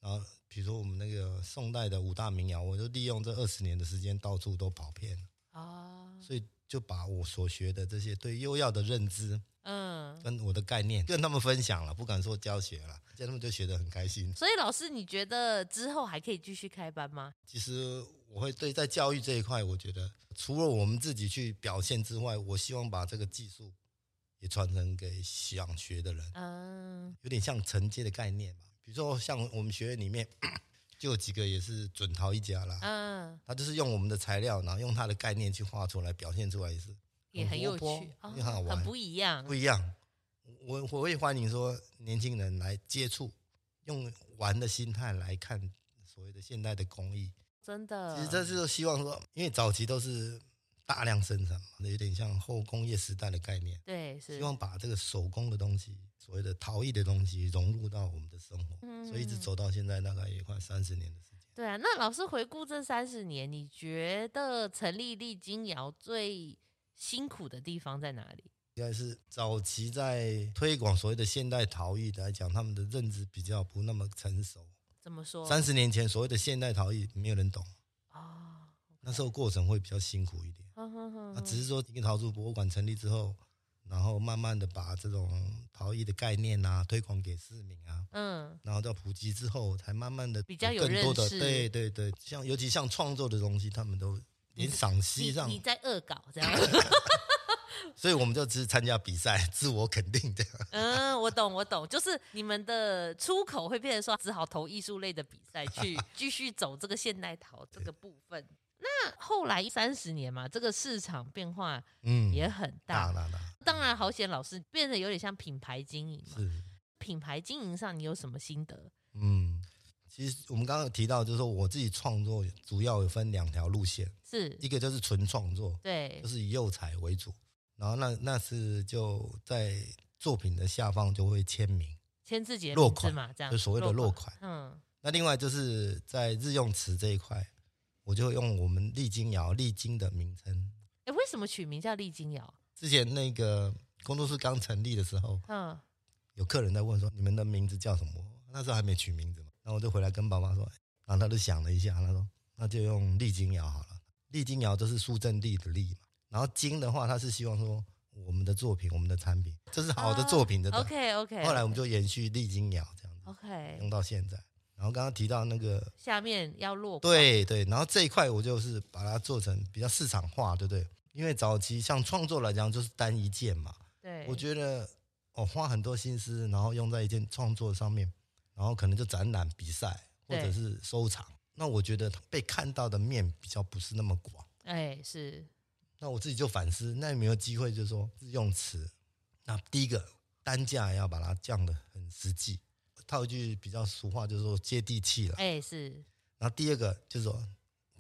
A: 然后比如说我们那个宋代的五大名窑，我就利用这二十年的时间到处都跑遍，
B: 哦，
A: 所以就把我所学的这些对釉药的认知
B: 嗯，
A: 跟我的概念跟他们分享了，不敢说教学了，这样他们就学得很开心。
B: 所以老师你觉得之后还可以继续开班吗？
A: 其实我会对在教育这一块，我觉得除了我们自己去表现之外，我希望把这个技术也传承给想学的人，
B: 嗯，
A: 有点像承接的概念吧。比如说像我们学院里面 (clears throat) 就有几个也是准陶一家啦，
B: 嗯，
A: 他就是用我们的材料，然后用他的概念去画出来，表现出来也是
B: 也很有
A: 活泼
B: 趣，哦
A: 也很好玩
B: 很不一样
A: 不。一样。我我会欢迎说年轻人来接触，用玩的心态来看所谓的现代的工艺。
B: 真的。
A: 其实这是希望说，因为早期都是大量生产嘛，有点像后工业时代的概念，
B: 对是
A: 希望把这个手工的东西，所谓的陶艺的东西融入到我们的生活，
B: 嗯
A: 所以一直走到现在，大概也快三十年的时间。
B: 对啊，那老师回顾这三十年，你觉得成立丽晶窑最辛苦的地方在哪里？
A: 应该是早期在推广所谓的现代陶艺来讲，他们的认知比较不那么成熟。
B: 怎么说？
A: 三十年前所谓的现代陶艺，没有人懂，
B: 啊，
A: 那时候过程会比较辛苦一点。
B: 哼哼哼
A: 啊，只是说一个陶瓷博物馆成立之后，然后慢慢的把这种陶艺的概念啊推广给市民啊，
B: 嗯，
A: 然后到普及之后，才慢慢的
B: 比较有
A: 更多
B: 认
A: 的
B: 识
A: 对对对，像尤其像创作的东西，他们都连赏
B: 你
A: 析上
B: 你，在恶搞这样？
A: 所以我们就只是参加比赛，自我肯定这样。
B: (laughs) 嗯，我懂，我懂，就是你们的出口会变成说，只好投艺术类的比赛
A: (laughs)
B: 去继续走这个现代陶这个部分。那后来三十年嘛，这个市场变化
A: 嗯，
B: 也很大。
A: 大大，
B: 当然，好险老师变得有点像品牌经营嘛。
A: 是
B: 品牌经营上，你有什么心得？
A: 嗯。其实我们刚刚有提到，就是说我自己创作主要有分两条路线，
B: 是
A: 一个就是纯创作，
B: 对
A: 就，是以釉彩为主，然后那那是就在作品的下方就会签名，
B: 签自己的
A: 落
B: 名字
A: 款
B: 嘛，这样
A: 就所谓的落款。
B: 嗯，
A: 那另外就是在日用词这一块，我就用我们丽晶窑丽晶的名称。
B: 哎，为什么取名叫丽晶窑？
A: 之前那个工作室刚成立的时候，
B: 嗯，
A: 有客人在问说你们的名字叫什么？那时候还没取名字嘛，然后我就回来跟爸爸说，然后他就想了一下，他说那就用丽晶窑好了。丽晶窑就是苏正丽的丽嘛，然后晶的话，他是希望说我们的作品，我们的产品，这是好的作品的。
B: 啊 OK OK。
A: 后来我嗯们就延续历经窑这样子，
B: OK，
A: 用到现在。然后刚刚提到那个
B: 下面要落款，
A: 对对，然后这一块我就是把它做成比较市场化，对不对？因为早期像创作来讲就是单一件嘛，
B: 对，
A: 我觉得哦花很多心思，然后用在一件创作上面，然后可能就展览、比赛或者
B: 对
A: 是收藏。那我觉得被看到的面比较不是那么广。(laughs)
B: 哎是
A: 那我自己就反思，那有没有机会就是说用词？那第一个单价要把它降得很实际，套一句比较俗话，就是说接地气了。
B: 哎是
A: 然后第二个就是说，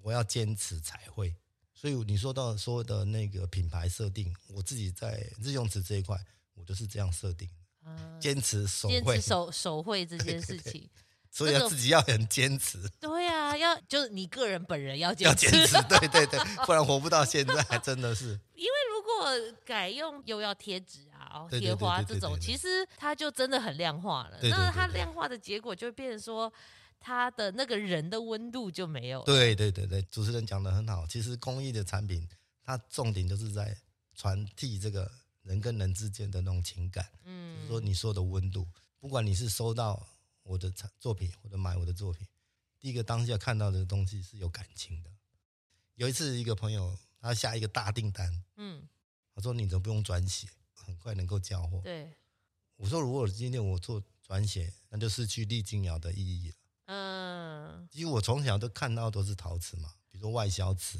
A: 我要坚持彩绘。所以你说到说的那个品牌设定，我自己在日用词这一块，我就是这样设定，
B: 啊，
A: 坚持手
B: 坚
A: 绘
B: 持，手手绘这件事情，
A: (laughs) 所以
B: 那
A: 要
B: 个
A: 自己要很坚
B: (laughs)
A: 持，
B: 对啊，要就是你个人本人要
A: 要坚
B: 坚持，
A: 持，对对对，不然活不到现在， (laughs) 真的是。
B: (laughs) 因为如果改用又要贴纸啊、哦
A: 对对
B: 贴花
A: 对对
B: 这种，
A: 对对
B: 其实它就真的很量化了。
A: 对对
B: 那
A: 对
B: 它
A: 对
B: 量化的结果就会变成说，它的那个人的温度就没有了。
A: 对对对对，主持人讲的很好。其实公益的产品，它重点就是在传递这个人跟人之间的那种情感，就是
B: 嗯，
A: 说你说的温度。不管你是收到我的产作品，或者买我的作品，第一个当下看到的东西是有感情的。有一次，一个朋友他下一个大订单，
B: 嗯，
A: 他说你都不用转写，很快能够交货。
B: 对，
A: 我说如果今天我做转写，那就失去历经窑的意义了。
B: 嗯，
A: 其实我从小都看到都是陶瓷嘛，比如说外销瓷，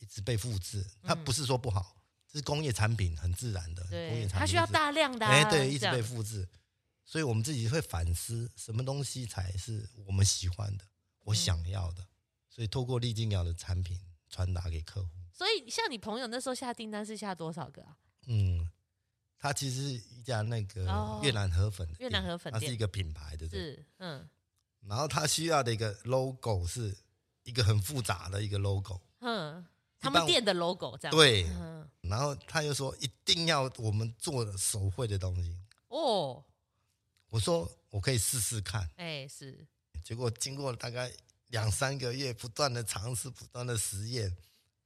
A: 一直被复制。它不是说不好，这是工业产品，很自然的。工
B: 嗯对
A: 业，产品
B: 它需要
A: 一直
B: 大量的、啊，
A: 哎，对，一
B: 这
A: 直
B: 样
A: 被复制。所以我们自己会反思，什么东西才是我们喜欢的，
B: 嗯
A: 我想要的。所以透过丽晶窑的产品传达给客户，
B: 所以像你朋友那时候下订单是下多少个啊？
A: 嗯，它其实是一家那
B: 哦
A: 个越南河粉的
B: 越
A: 店
B: 南河粉
A: 它是
B: 店
A: 一个品牌的，对。
B: 是，嗯
A: 然后它需要的一个 logo 是一个很复杂的一个 logo。
B: 嗯，他
A: 一般
B: 们
A: 我
B: 店的 logo 这样。，
A: 对，
B: 嗯，
A: 然后他又说一定要我们做的手绘的东西。
B: 哦，
A: 我说我可以试试看。
B: 哎、是，
A: 结果经过大概两三个月不断的尝试、不断的实验，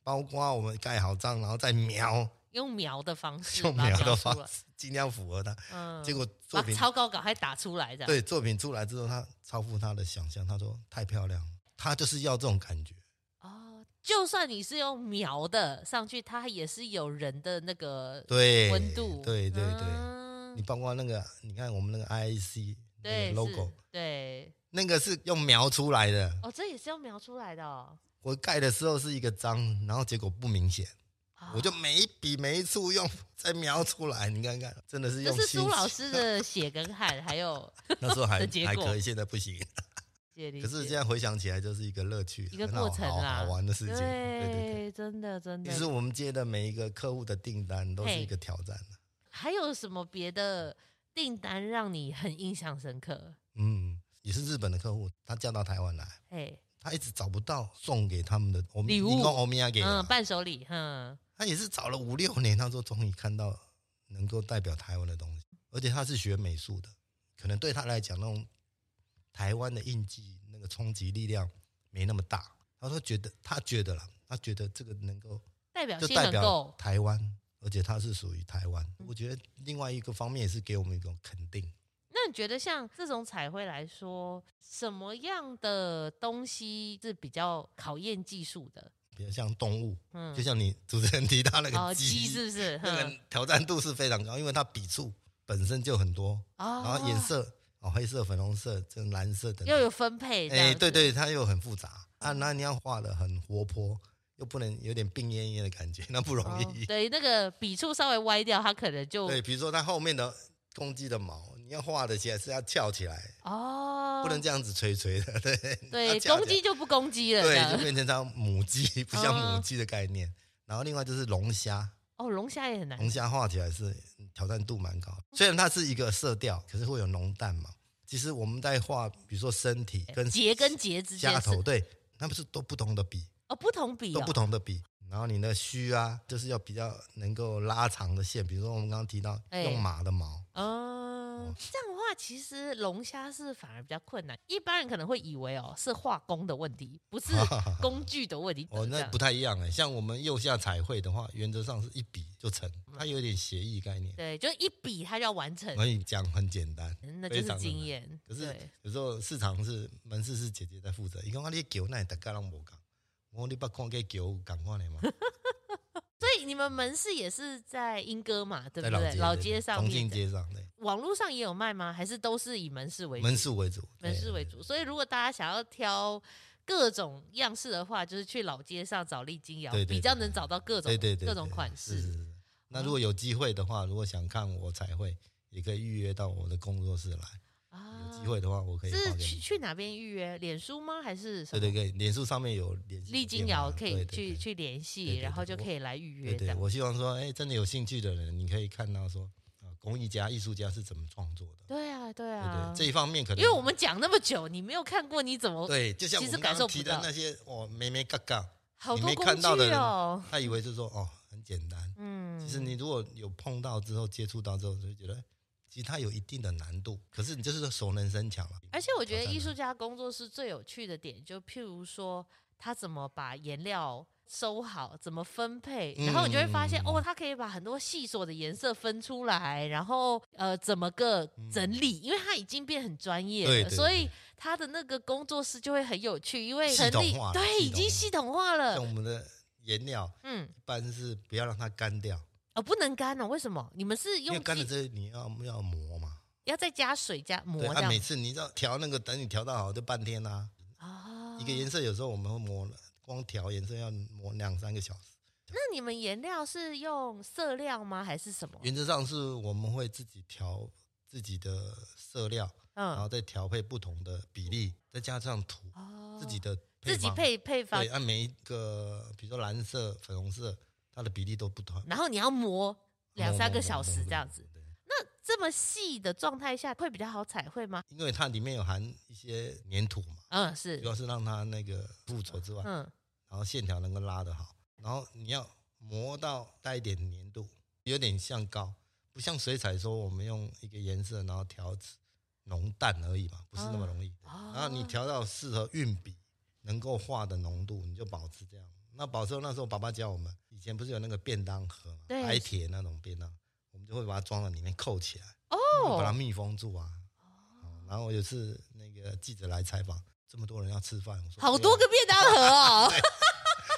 A: 包括我们盖好章，然后再描，
B: 用描的方式
A: 用
B: 把它
A: 描的
B: 出
A: 方
B: 来，
A: 式尽量符合它。(laughs)
B: 嗯，
A: 结果作
B: 把
A: 品
B: 超稿稿还打出来这样。
A: 对作品出来之后，他超乎他的想象。他说太漂亮了，他就是要这种感觉。
B: 哦，就算你是用描的上去，它也是有人的那个
A: 对，
B: 温度。
A: 对对对。
B: 嗯
A: 你包括那个，你看我们那个 IC 那
B: 对
A: 个
B: 是
A: logo，
B: 对
A: 那个是用描出来的。
B: 哦，这也是用描出来的哦。
A: 我盖的时候是一个章，然后结果不明显，
B: 啊
A: 我就每一笔每一处用再描出来，你看看，真的是
B: 这
A: 用
B: 是
A: 心
B: 苏老
A: 血
B: 师的血跟汗，还有
A: (laughs) 那时候还
B: 的结
A: 还
B: 果
A: 可以，现在不行。 (laughs)
B: 解离
A: 可是现在回想起来，就是一个乐趣，
B: 一个
A: 很好
B: 过程
A: 好
B: 啦
A: 好玩的事情。对对对。
B: 对，真的真
A: 其实
B: 的。
A: 我们接的每一个客户的订单都是
B: 嘿
A: 一个挑战。啊
B: 还有什么别的订单让你很印象深刻？
A: 嗯，也是日本的客户，他嫁到台湾来，
B: 哎，
A: 他一直找不到送给他们的我们
B: 礼物
A: 欧米亚给
B: 嗯，伴手礼，嗯，
A: 他也是找了五六年，他说终于看到能够代表台湾的东西，而且他是学美术的，可能对他来讲，那种台湾的印记那个冲击力量没那么大。他说觉得他觉得啦，他觉得这个能够
B: 代表
A: 就
B: 性
A: 代
B: 很
A: 表
B: 够，
A: 台湾，而且它是属于台湾。我觉得另外一个方面也是给我们一种肯定。
B: 那你觉得像这种彩绘来说，什么样的东西是比较考验技术的？
A: 比如像动物，
B: 嗯
A: 就，像你主持人提到那
B: 哦，
A: 个鸡，
B: 鸡是不嗯是？
A: 那
B: 哼
A: 个挑战度是非常高，因为它笔触本身就很多，
B: 哦，
A: 然后颜色哦，黑色、粉红色、这蓝色等
B: 又
A: 等。
B: 有分配，这
A: 哎，
B: 样
A: 对
B: 子，哦
A: 对，它又很复杂啊，那你要画的很活泼，又不能有点病恹恹的感觉，那不容
B: 哦
A: 易。
B: 对，那个笔触稍微歪掉，它可能就
A: 对，比如说它后面的公鸡的毛，你要画的起来是要翘起来，
B: 哦，
A: 不能这样子垂垂的。对
B: 对
A: 要翘
B: 公
A: 起来
B: 鸡就不攻击了，这
A: 对，就
B: 样
A: 变成像母鸡，不像
B: 哦
A: 母鸡的概念。然后另外就是龙虾，
B: 哦，龙虾也很难
A: 龙虾画起来是挑战度蛮
B: 嗯
A: 高，虽然它是一个色调，可是会有浓淡嘛。其实我们在画，比如说身体跟
B: 节跟节之间
A: 虾
B: 是
A: 头，对，那不是都不同的笔，
B: 哦，不同笔
A: 都
B: 哦，
A: 不同的笔。然后你的须啊，就是要比较能够拉长的线，比如说我们刚刚提到
B: 哎
A: 用马的毛，
B: 哦，这样的话话，其实龙虾是反而比较困难。一般人可能会以为哦是画工的问题，
A: (laughs)
B: 不是工具的问题。
A: 哦，
B: 这
A: 那
B: 样
A: 不太一样哎。像我们右下彩绘的话，原则上是一笔就成，它有点协议概念。
B: 嗯对，就一笔它就要完成，嗯
A: 所以讲很简单，
B: 那
A: (laughs)
B: 就
A: 非
B: 是
A: 常的
B: 经
A: 难
B: 验。
A: 可是
B: 对，
A: 有时候市场是门市是姐姐在负责，伊讲啊，你球那大家拢无讲，我说你捌看过球共款的吗？
B: 所以你们门市也是在莺歌嘛， (laughs) 对
A: 在
B: 不对？老街
A: 街
B: 上
A: 重
B: 面
A: 庆
B: 的，
A: 街上对，
B: 网络上也有卖吗？还是都是以门市为主？
A: 门市哎为主，对
B: 门市为主。所以如果大家想要挑各种样式的话，就是去老街上找丽晶窑，
A: 对对对
B: 比较能找到各种
A: 对对对，
B: 各种
A: 对
B: 款
A: 是是
B: 式。嗯
A: 是那如果有机会的话，如果想看我彩绘，也可以预约到我的工作室来。
B: 啊
A: 有机会的话，我可以画
B: 是
A: 给
B: 去
A: 你。
B: 去哪边预约？脸书吗？还是什
A: 对
B: 么？
A: 对对，脸书上面有联系
B: 丽晶
A: 电话
B: 窑可以
A: 对对
B: 去
A: 对
B: 去联
A: 对
B: 系，
A: 对
B: 然后
A: 对
B: 就可以来预约
A: 对
B: 这
A: 对，
B: 样。
A: 我希望说，哎，真的有兴趣的人，你可以看到说啊，工艺家、艺术家是怎么创作的。
B: 对啊，对
A: 对
B: 啊
A: 对，，这一方面可能
B: 因为我们讲那么久，你没有看过，你怎么
A: 对，就像
B: 其
A: 我
B: 实
A: 们
B: 感
A: 刚
B: 受
A: 刚提
B: 不
A: 的
B: 到
A: 那些哦，咩咩嘎嘎，
B: 好
A: 你
B: 多
A: 没
B: 工
A: 看到的
B: 具
A: 人
B: 哦？
A: 他以为是说哦很简单，
B: 嗯，
A: 其实你如果有碰到之后接触到之后，就会觉得哎其实它有一定的难度，可是你就是说熟能生巧了。
B: 而且我觉得
A: 挑战
B: 艺
A: 难
B: 术家工作室最有趣的点，就譬如说他怎么把颜料收好，怎么分配，然后你就会发现、
A: 嗯
B: 哦，他可以把很多细琐的颜色分出来，然后呃怎么个整理，因为他已经变很专业了，
A: 嗯对对对
B: 所以他的那个工作室就会很有趣，因为
A: 系
B: 很
A: 统
B: 理
A: 化了
B: 对
A: 系
B: 已经
A: 统
B: 系统化
A: 像
B: 了
A: 我，们的颜料
B: 嗯，
A: 一般是不要让它干掉，
B: 哦不能干哦，为什么？你们是
A: 因为
B: 用
A: 干了
B: 机
A: 之后你要要磨嘛。
B: 要再加水加
A: 对，
B: 磨这
A: 啊，
B: 样
A: 每次你知道调那个，等你调到好就半天啦、
B: 啊
A: 一个颜色有时候我们会磨，光调颜色要磨两三个小时。
B: 那你们颜料是用色料吗？还是什么？
A: 原则上是我们会自己调自己的色料，然
B: 嗯
A: 后，再调配不同的比例，再加上图，
B: 哦
A: 自己的配
B: 自己
A: 方。
B: 配配方
A: 对，，啊按每一个，比如说蓝色、粉红色，它的比例都不同，
B: 然后你要磨两
A: 磨
B: 三
A: 磨
B: 个
A: 磨
B: 小
A: 磨
B: 时
A: 磨
B: 这样子。
A: 对
B: 那这么细的状态下会比较好彩绘吗？
A: 因为它里面有含一些粘土嘛，
B: 嗯，
A: 主
B: 是，
A: 要是让它那个附着之外，
B: 嗯，
A: 然后线条能够拉得好，然后你要磨到带一点粘度，有点像膏，不像水彩说我们用一个颜色然后调浓淡而已嘛，不是那么容易。
B: 哦
A: 然后你调到适合运笔能够画的浓度，你就保持这样。那保持那时候爸爸教我们，以前不是有那个便当盒嘛，
B: 对
A: 白铁那种便当，我们就会把它装到里面扣起来，就把它
B: 哦，
A: 密封住啊。哦然后有一次那个记者来采访，这么多人要吃饭，我说
B: 好
A: 对啊
B: 多个便当盒哦。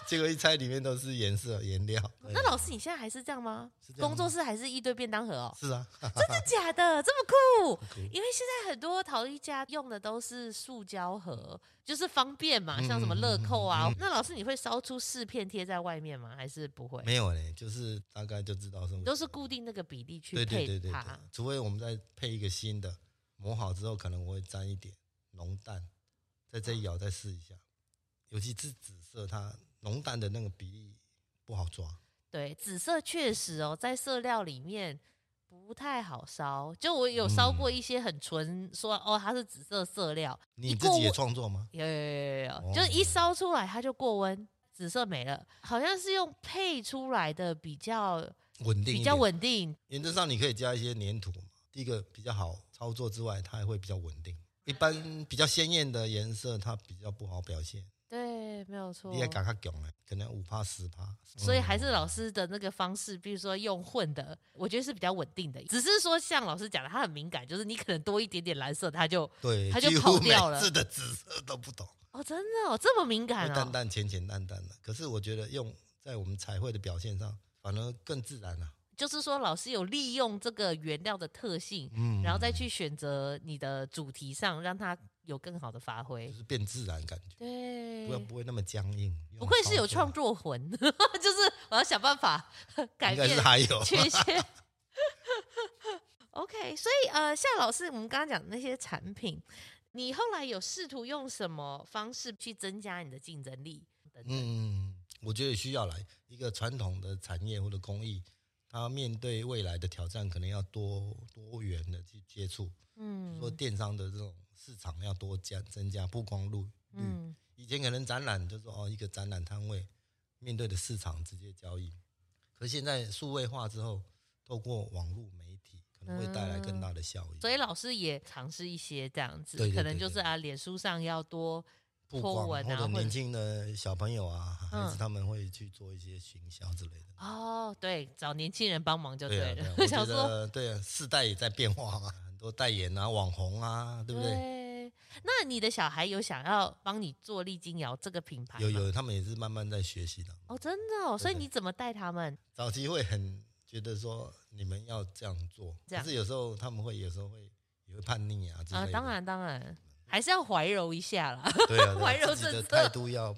A: 结果一猜里面都是颜色颜料。
B: (laughs) 那老师，你现在还是这样吗
A: 是？这样
B: 工作室还是一堆便当盒哦？
A: 是啊，
B: 真的假的？这么酷？
A: 很酷
B: 因为现在很多陶艺家用的都是塑胶盒，就是方便嘛，像什
A: 嗯
B: 么
A: 嗯
B: 乐扣啊
A: 嗯嗯。
B: 那老师，你会烧出四片贴在外面吗？还是不会？
A: 没有嘞，就是大概就知道是
B: 你都是固定那个比例去
A: 对对
B: 配
A: 对对对
B: 它。，
A: 除非我们再配一个新的，磨好之后可能我会沾一点浓淡，在这一咬再试一下，尤其是紫色，它浓淡的那个比例不好抓。
B: 对，紫色确实哦，在色料里面不太好烧。就我有烧
A: 嗯
B: 过一些很纯，说哦它是紫色色料，
A: 你
B: 一
A: 自
B: 过
A: 己也
B: 我
A: 创作吗？
B: 有有有有有，
A: 哦
B: 就是一烧出来它就过温，紫色没了，好像是用配出来的比较
A: 稳定一
B: 比较
A: 点，
B: 稳定。
A: 原则上你可以加一些粘土嘛，第一个比较好操作之外，它也会比较稳定。一般比较鲜艳的颜色，它比较不好表现。
B: 对，没有错
A: 你。也敢较强嘞，可能五趴十趴。
B: 哦所以还
A: 嗯
B: 是老师的那个方式，比如说用混的，我觉得是比较稳定的。只是说像老师讲的，它很敏感，就是你可能多一点点蓝色，它就
A: 对，
B: 它就
A: 几
B: 跑
A: 乎每
B: 掉了
A: 次的紫色都不懂，
B: 哦，真的哦，这么敏
A: 会
B: 感
A: 淡
B: 哦，
A: 淡浅浅淡淡的。可是我觉得用在我们彩绘的表现上，反而更自然啊了、
B: 就是说老师有利用这个原料的特性，
A: 嗯，
B: 然后再去选择你的主题上，让它有更好的发
A: 就
B: 挥。
A: 是变自然感觉，
B: 对
A: 不，要不会那么僵硬。
B: 不愧是有创
A: 应
B: 作魂， (laughs) 就是我要想办法 (laughs) 改
A: 该
B: 变
A: 是还
B: (laughs)
A: 有
B: 缺陷。OK，所以呃，夏老师，我们刚刚讲的那些产品，你后来有试图用什么方式去增加你的竞争力？等等
A: 嗯，我觉得需要来一个传统的产业或者工艺，它面对未来的挑战，可能要多多元的去接触，
B: 嗯
A: 说电商的这种市场要多加增加曝光率。
B: 嗯，
A: 以前可能展览就是哦一个展览摊位面对的市场直接交易，可是现在数位化之后，透过网络媒体，可能会带来更大的效益。
B: 所以老师也尝试一些这样子，
A: 对对
B: 可
A: 对
B: 能就
A: 对
B: 是啊，脸书上要多
A: 不
B: 托
A: 光
B: 文
A: 或
B: 啊
A: 者
B: 或者
A: 年轻的小朋友啊，孩
B: 嗯
A: 子他们会去做一些行销之类的。
B: 哦，对，找年轻人帮忙就
A: 对啊，
B: 了。 (laughs)
A: 对啊
B: 我
A: 我
B: 想
A: 觉
B: 说，
A: 得对啊，世代也在变化嘛，很多代言啊、网红啊，对不
B: 哎
A: 对？
B: 那你的小孩有想要帮你做丽晶瑶这个品牌吗？
A: 有有，他们也是慢慢在学习的。
B: 哦，真的哦，
A: 对
B: 所以
A: 对
B: 你怎么带他们？
A: 早期会很觉得说你们要这样做，
B: 这样
A: 可是有时候他们会有时候会也会叛逆啊之类
B: 啊，
A: 的。
B: 当，然当然，还是要怀柔一下啦。 (laughs)
A: 对啊，对啊
B: 怀柔
A: 自己的
B: 政策
A: 态度要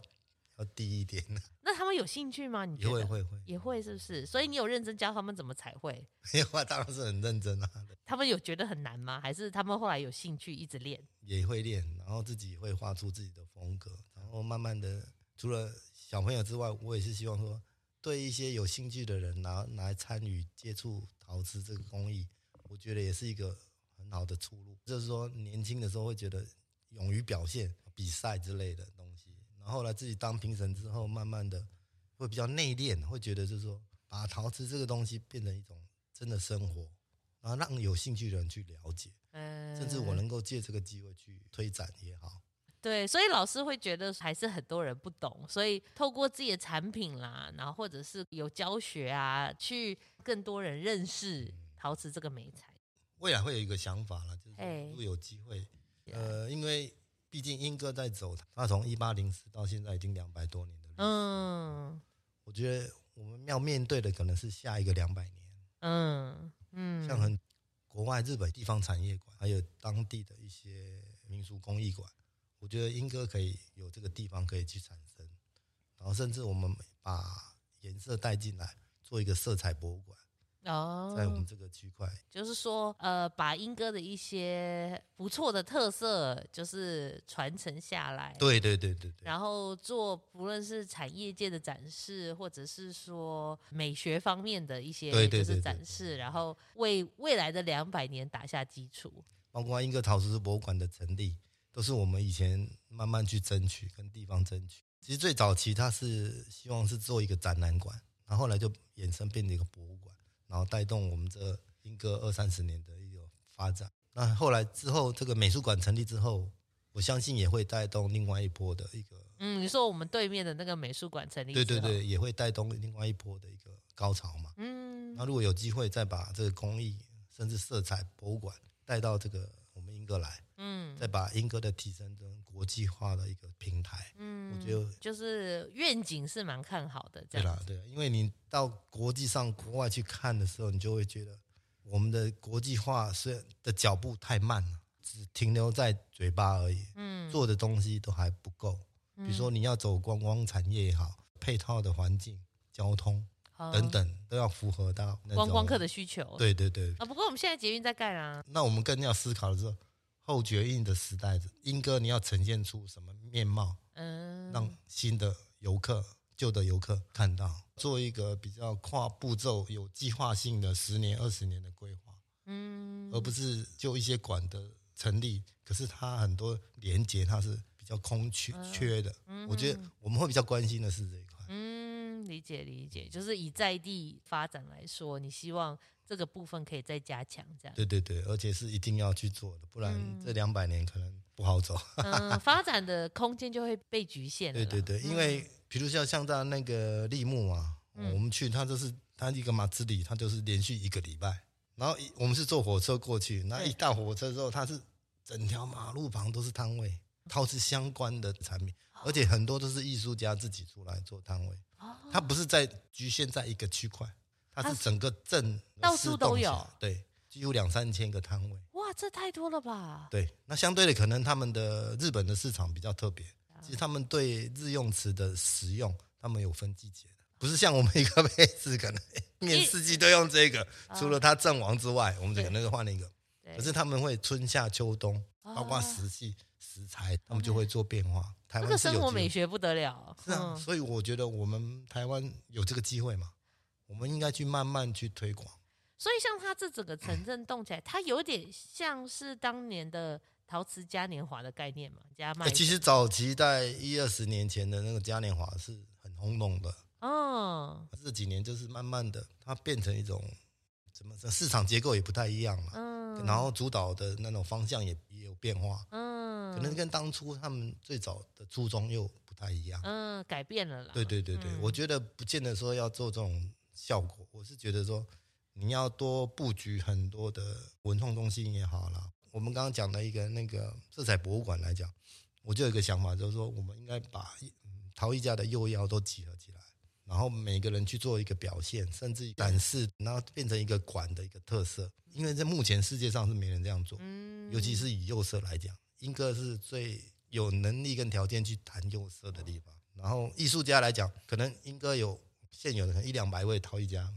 A: 要低一
B: (laughs)
A: 点，
B: 那他们有兴趣吗？你
A: 也
B: 觉
A: 会
B: 得
A: 会 (laughs) 会，
B: 也会是不是？所以你有认真教他们怎么彩绘？
A: 没有啊，当然是很认真啊，
B: 他们有觉得很难吗？还是他们后来有兴趣一直练？
A: 也会练，然后自己会画出自己的风格，然后慢慢的，除了小朋友之外，我也是希望说，对一些有兴趣的人，然后来参与接触陶瓷这个工艺，我觉得也是一个很好的出路。就是说，年轻的时候会觉得勇于表现、比赛之类的东西，然后来自己当评审之后，慢慢的会比较内敛，会觉得就是说，把陶瓷这个东西变成一种真的生活，然后让有兴趣的人去了解。
B: 嗯，
A: 甚至我能够借这个机会去推展也好，
B: 对，所以老师会觉得还是很多人不懂，所以透过自己的产品啦，然后或者是有教学啊，去更多人认识陶瓷这个美材。
A: 未来会有一个想法了，就是
B: 哎
A: 说如果有机会，呃，因为毕竟英哥在走，他从一八零四到现在已经两百多年的历史，
B: 嗯
A: 我觉得我们要面对的可能是下一个两百年，
B: 嗯嗯，
A: 像很国外日本地方产业馆，还有当地的一些民俗工艺馆，我觉得英哥可以有这个地方可以去产生，然后甚至我们把颜色带进来，做一个色彩博物馆，
B: 哦，
A: 在我们这个区块。
B: 就是说，呃，把英歌的一些不错的特色，就是传承下来，
A: 对对对对对。
B: 然后做不论是产业界的展示，或者是说美学方面的一些
A: 对
B: 就
A: 对
B: 是
A: 对
B: 展
A: 对
B: 示，然后为未来的两百年打下基础。
A: 包括英歌陶瓷博物馆的成立，都是我们以前慢慢去争取，跟地方争取。其实最早期它是希望是做一个展览馆，然后后来就衍生变成一个博物馆，然后带动我们这英歌二三十年的一个发展。那后来之后，这个美术馆成立之后，我相信也会带动另外一波的一个，
B: 嗯，你说我们对面的那个美术馆成立，
A: 对对，对，也会带动另外一波的一个高潮嘛。
B: 啊嗯
A: 那如果有机会再把这个工艺，甚至色彩博物馆带到这个我们英格来，
B: 嗯
A: 再把英歌的提升成国际化的一个平台。
B: 嗯，
A: 我觉得
B: 就是愿景是蛮看好的，这
A: 对
B: 样
A: 啦
B: 子，
A: 对啊啦，因为你到国际上、国外去看的时候，你就会觉得我们的国际化虽然的脚步太慢了，只停留在嘴巴而已，
B: 嗯，
A: 做的东西都还不够。比如说你要走观光产业也好，配套的环境、交通
B: 哦
A: 等等，都要符合到那种
B: 观光客。的需求，
A: 对对对，
B: 啊，不过我们现在捷运在盖啦、
A: 那我们更要思考的是后决印的时代，英歌你要呈现出什么面貌？
B: 嗯，
A: 让新的游客、旧的游客看到，做一个比较跨步骤、有计划性的十年、二十年的规划，
B: 嗯
A: 而不是就一些馆的成立，可是它很多连接它是比较空缺缺的。我觉得我们会比较关心的是这一块。
B: 嗯，理解理解，就是以在地发展来说，你希望这个部分可以再加强，这样。
A: 对对对，而且是一定要去做的，不然这两百年可能不好走。
B: 嗯，发展的空间就会被局限了嗯
A: 对
B: 啦。
A: 对对，因为比如像像在那个立木啊，
B: 嗯
A: 我们去它就是它一个马自里，它就是连续一个礼拜，然后一我们是坐火车过去，那
B: 对
A: 一到火车之后，它是整条马路旁都是摊位，陶瓷相关的产品，
B: 哦
A: 而且很多都是艺术家自己出来做摊位，它不是在局限在一个区块，它
B: 它
A: 是
B: 是
A: 整个镇
B: 到处
A: 市动
B: 都有
A: 起来，对，几乎两三千个摊位。
B: 嗯哇，这太多了吧？
A: 对，那相对的，可能他们的日本的市场比较特别，其实他们对日用词的使用，他们有分季节的，不是像我们一个杯子可能一年四季都用这个，除了它阵亡之外，我们可能就换了一个。
B: 嗯对哦
A: 可是他们会春夏秋冬，包括时期、食材，他们就会做变化。台
B: 这
A: 湾
B: 嗯个
A: 是有
B: 生活
A: 机
B: 美
A: 会
B: 学不得了。
A: 是啊，
B: 嗯，
A: 所以我觉得我们台湾有这个机会嘛，我们应该去慢慢去推广。
B: 所以像它这整个城镇动起来，它有点像是当年的陶瓷嘉年华的概念嘛，加
A: 哎、
B: 卖。
A: 其实早期在一二十年前的那个嘉年华是很轰动的。
B: 嗯，
A: 这几年就是慢慢的，它变成一种什么市场结构也不太一样嘛，
B: 嗯，
A: 然后主导的那种方向也也有变化，
B: 嗯，
A: 可能跟当初他们最早的初衷又不太一样。
B: 嗯改变了啦，
A: 对对对对，
B: 嗯
A: 我觉得不见得说要做这种效果，我是觉得说你要多布局很多的文创中心也好啦。我们刚刚讲的一个那个色彩博物馆来讲，我就有一个想法，就是说我们应该把嗯陶艺家的幼妖都集合起来，然后每个人去做一个表现，甚至展示，然后变成一个馆的一个特色。因为在目前世界上是没人这样做，
B: 嗯，
A: 尤其是以幼色来讲，英哥是最有能力跟条件去谈幼色的地方。然后艺术家来讲，可能英哥有现有的可能一两百位陶艺家，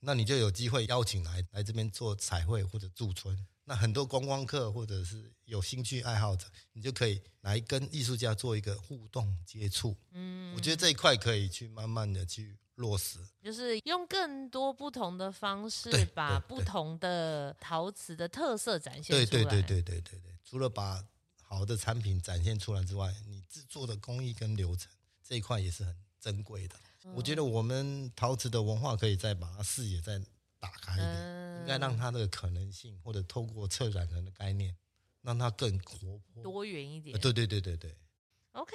A: 那你就有机会邀请来来这边做彩绘或者驻村。那很多观光客或者是有兴趣爱好者，你就可以来跟艺术家做一个互动接触。
B: 嗯，
A: 我觉得这一块可以去慢慢的去落实。
B: 就是用更多不同的方式
A: 对，
B: 把
A: 对
B: 不
A: 对
B: 同的陶瓷的特色展现
A: 对
B: 出
A: 对
B: 来。
A: 对对对对对，除了把好的产品展现出来之外，你制作的工艺跟流程这一块也是很珍贵的。我觉得
B: 嗯
A: 我们陶瓷的文化可以再把它视野再打开一点，
B: 嗯，
A: 应该让它的可能性，或者透过策展人的概念，让它更活泼。
B: 多元一点。
A: 呃对对对对对，
B: OK，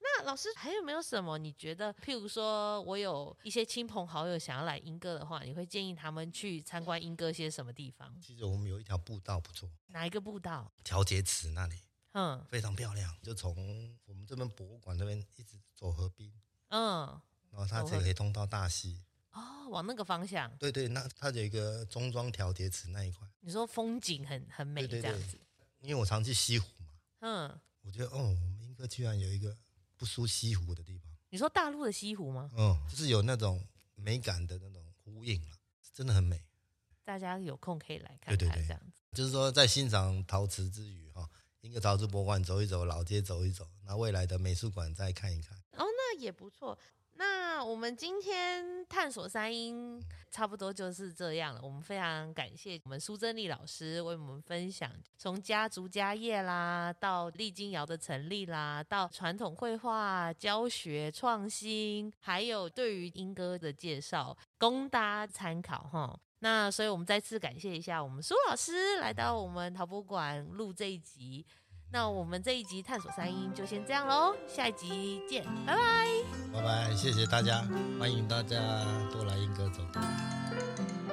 B: 那老师还有没有什么你觉得，譬如说我有一些亲朋好友想要来英歌的话，你会建议他们去参观英歌些什么地方？
A: 其实我们有一条步道不错，
B: 哪一个步道？
A: 调节池那里
B: 嗯
A: 非常漂亮，就从我们这边博物馆这边一直走河滨，
B: 嗯，
A: 然后它
B: 走
A: 才
B: 河
A: 可以通到大溪。
B: 哦，往那个方向。
A: 对对，那它有一个中庄调节池那一块。
B: 你说风景很很美
A: 对对
B: 这样
A: 对
B: 子。
A: 因为我常去西湖嘛，
B: 嗯，
A: 我觉得哦，我们英哥居然有一个不输西湖的地方，
B: 你说大陆的西湖吗？
A: 嗯，就是有那种美感的那种呼应了，真的很美。
B: 大家有空可以来看
A: 对对
B: 看
A: 对
B: 这样子。
A: 就是说，在欣赏陶瓷之余，哈、英哥陶瓷博物馆走一走，老街走一走，那未来的美术馆再看一看。
B: 那也不错。那我们今天探索三英差不多就是这样了。我们非常感谢我们苏珍丽老师为我们分享从家族家业啦，到丽晶窑的成立啦，到传统绘画教学创新，还有对于英歌的介绍，供大家参考哈。那所以我们再次感谢一下我们苏老师来到我们陶博馆录这一集。那我们这一集探索三英就先这样喽，下一集见，拜拜。
A: 拜拜，谢谢大家，欢迎大家多来英哥走。
B: Thank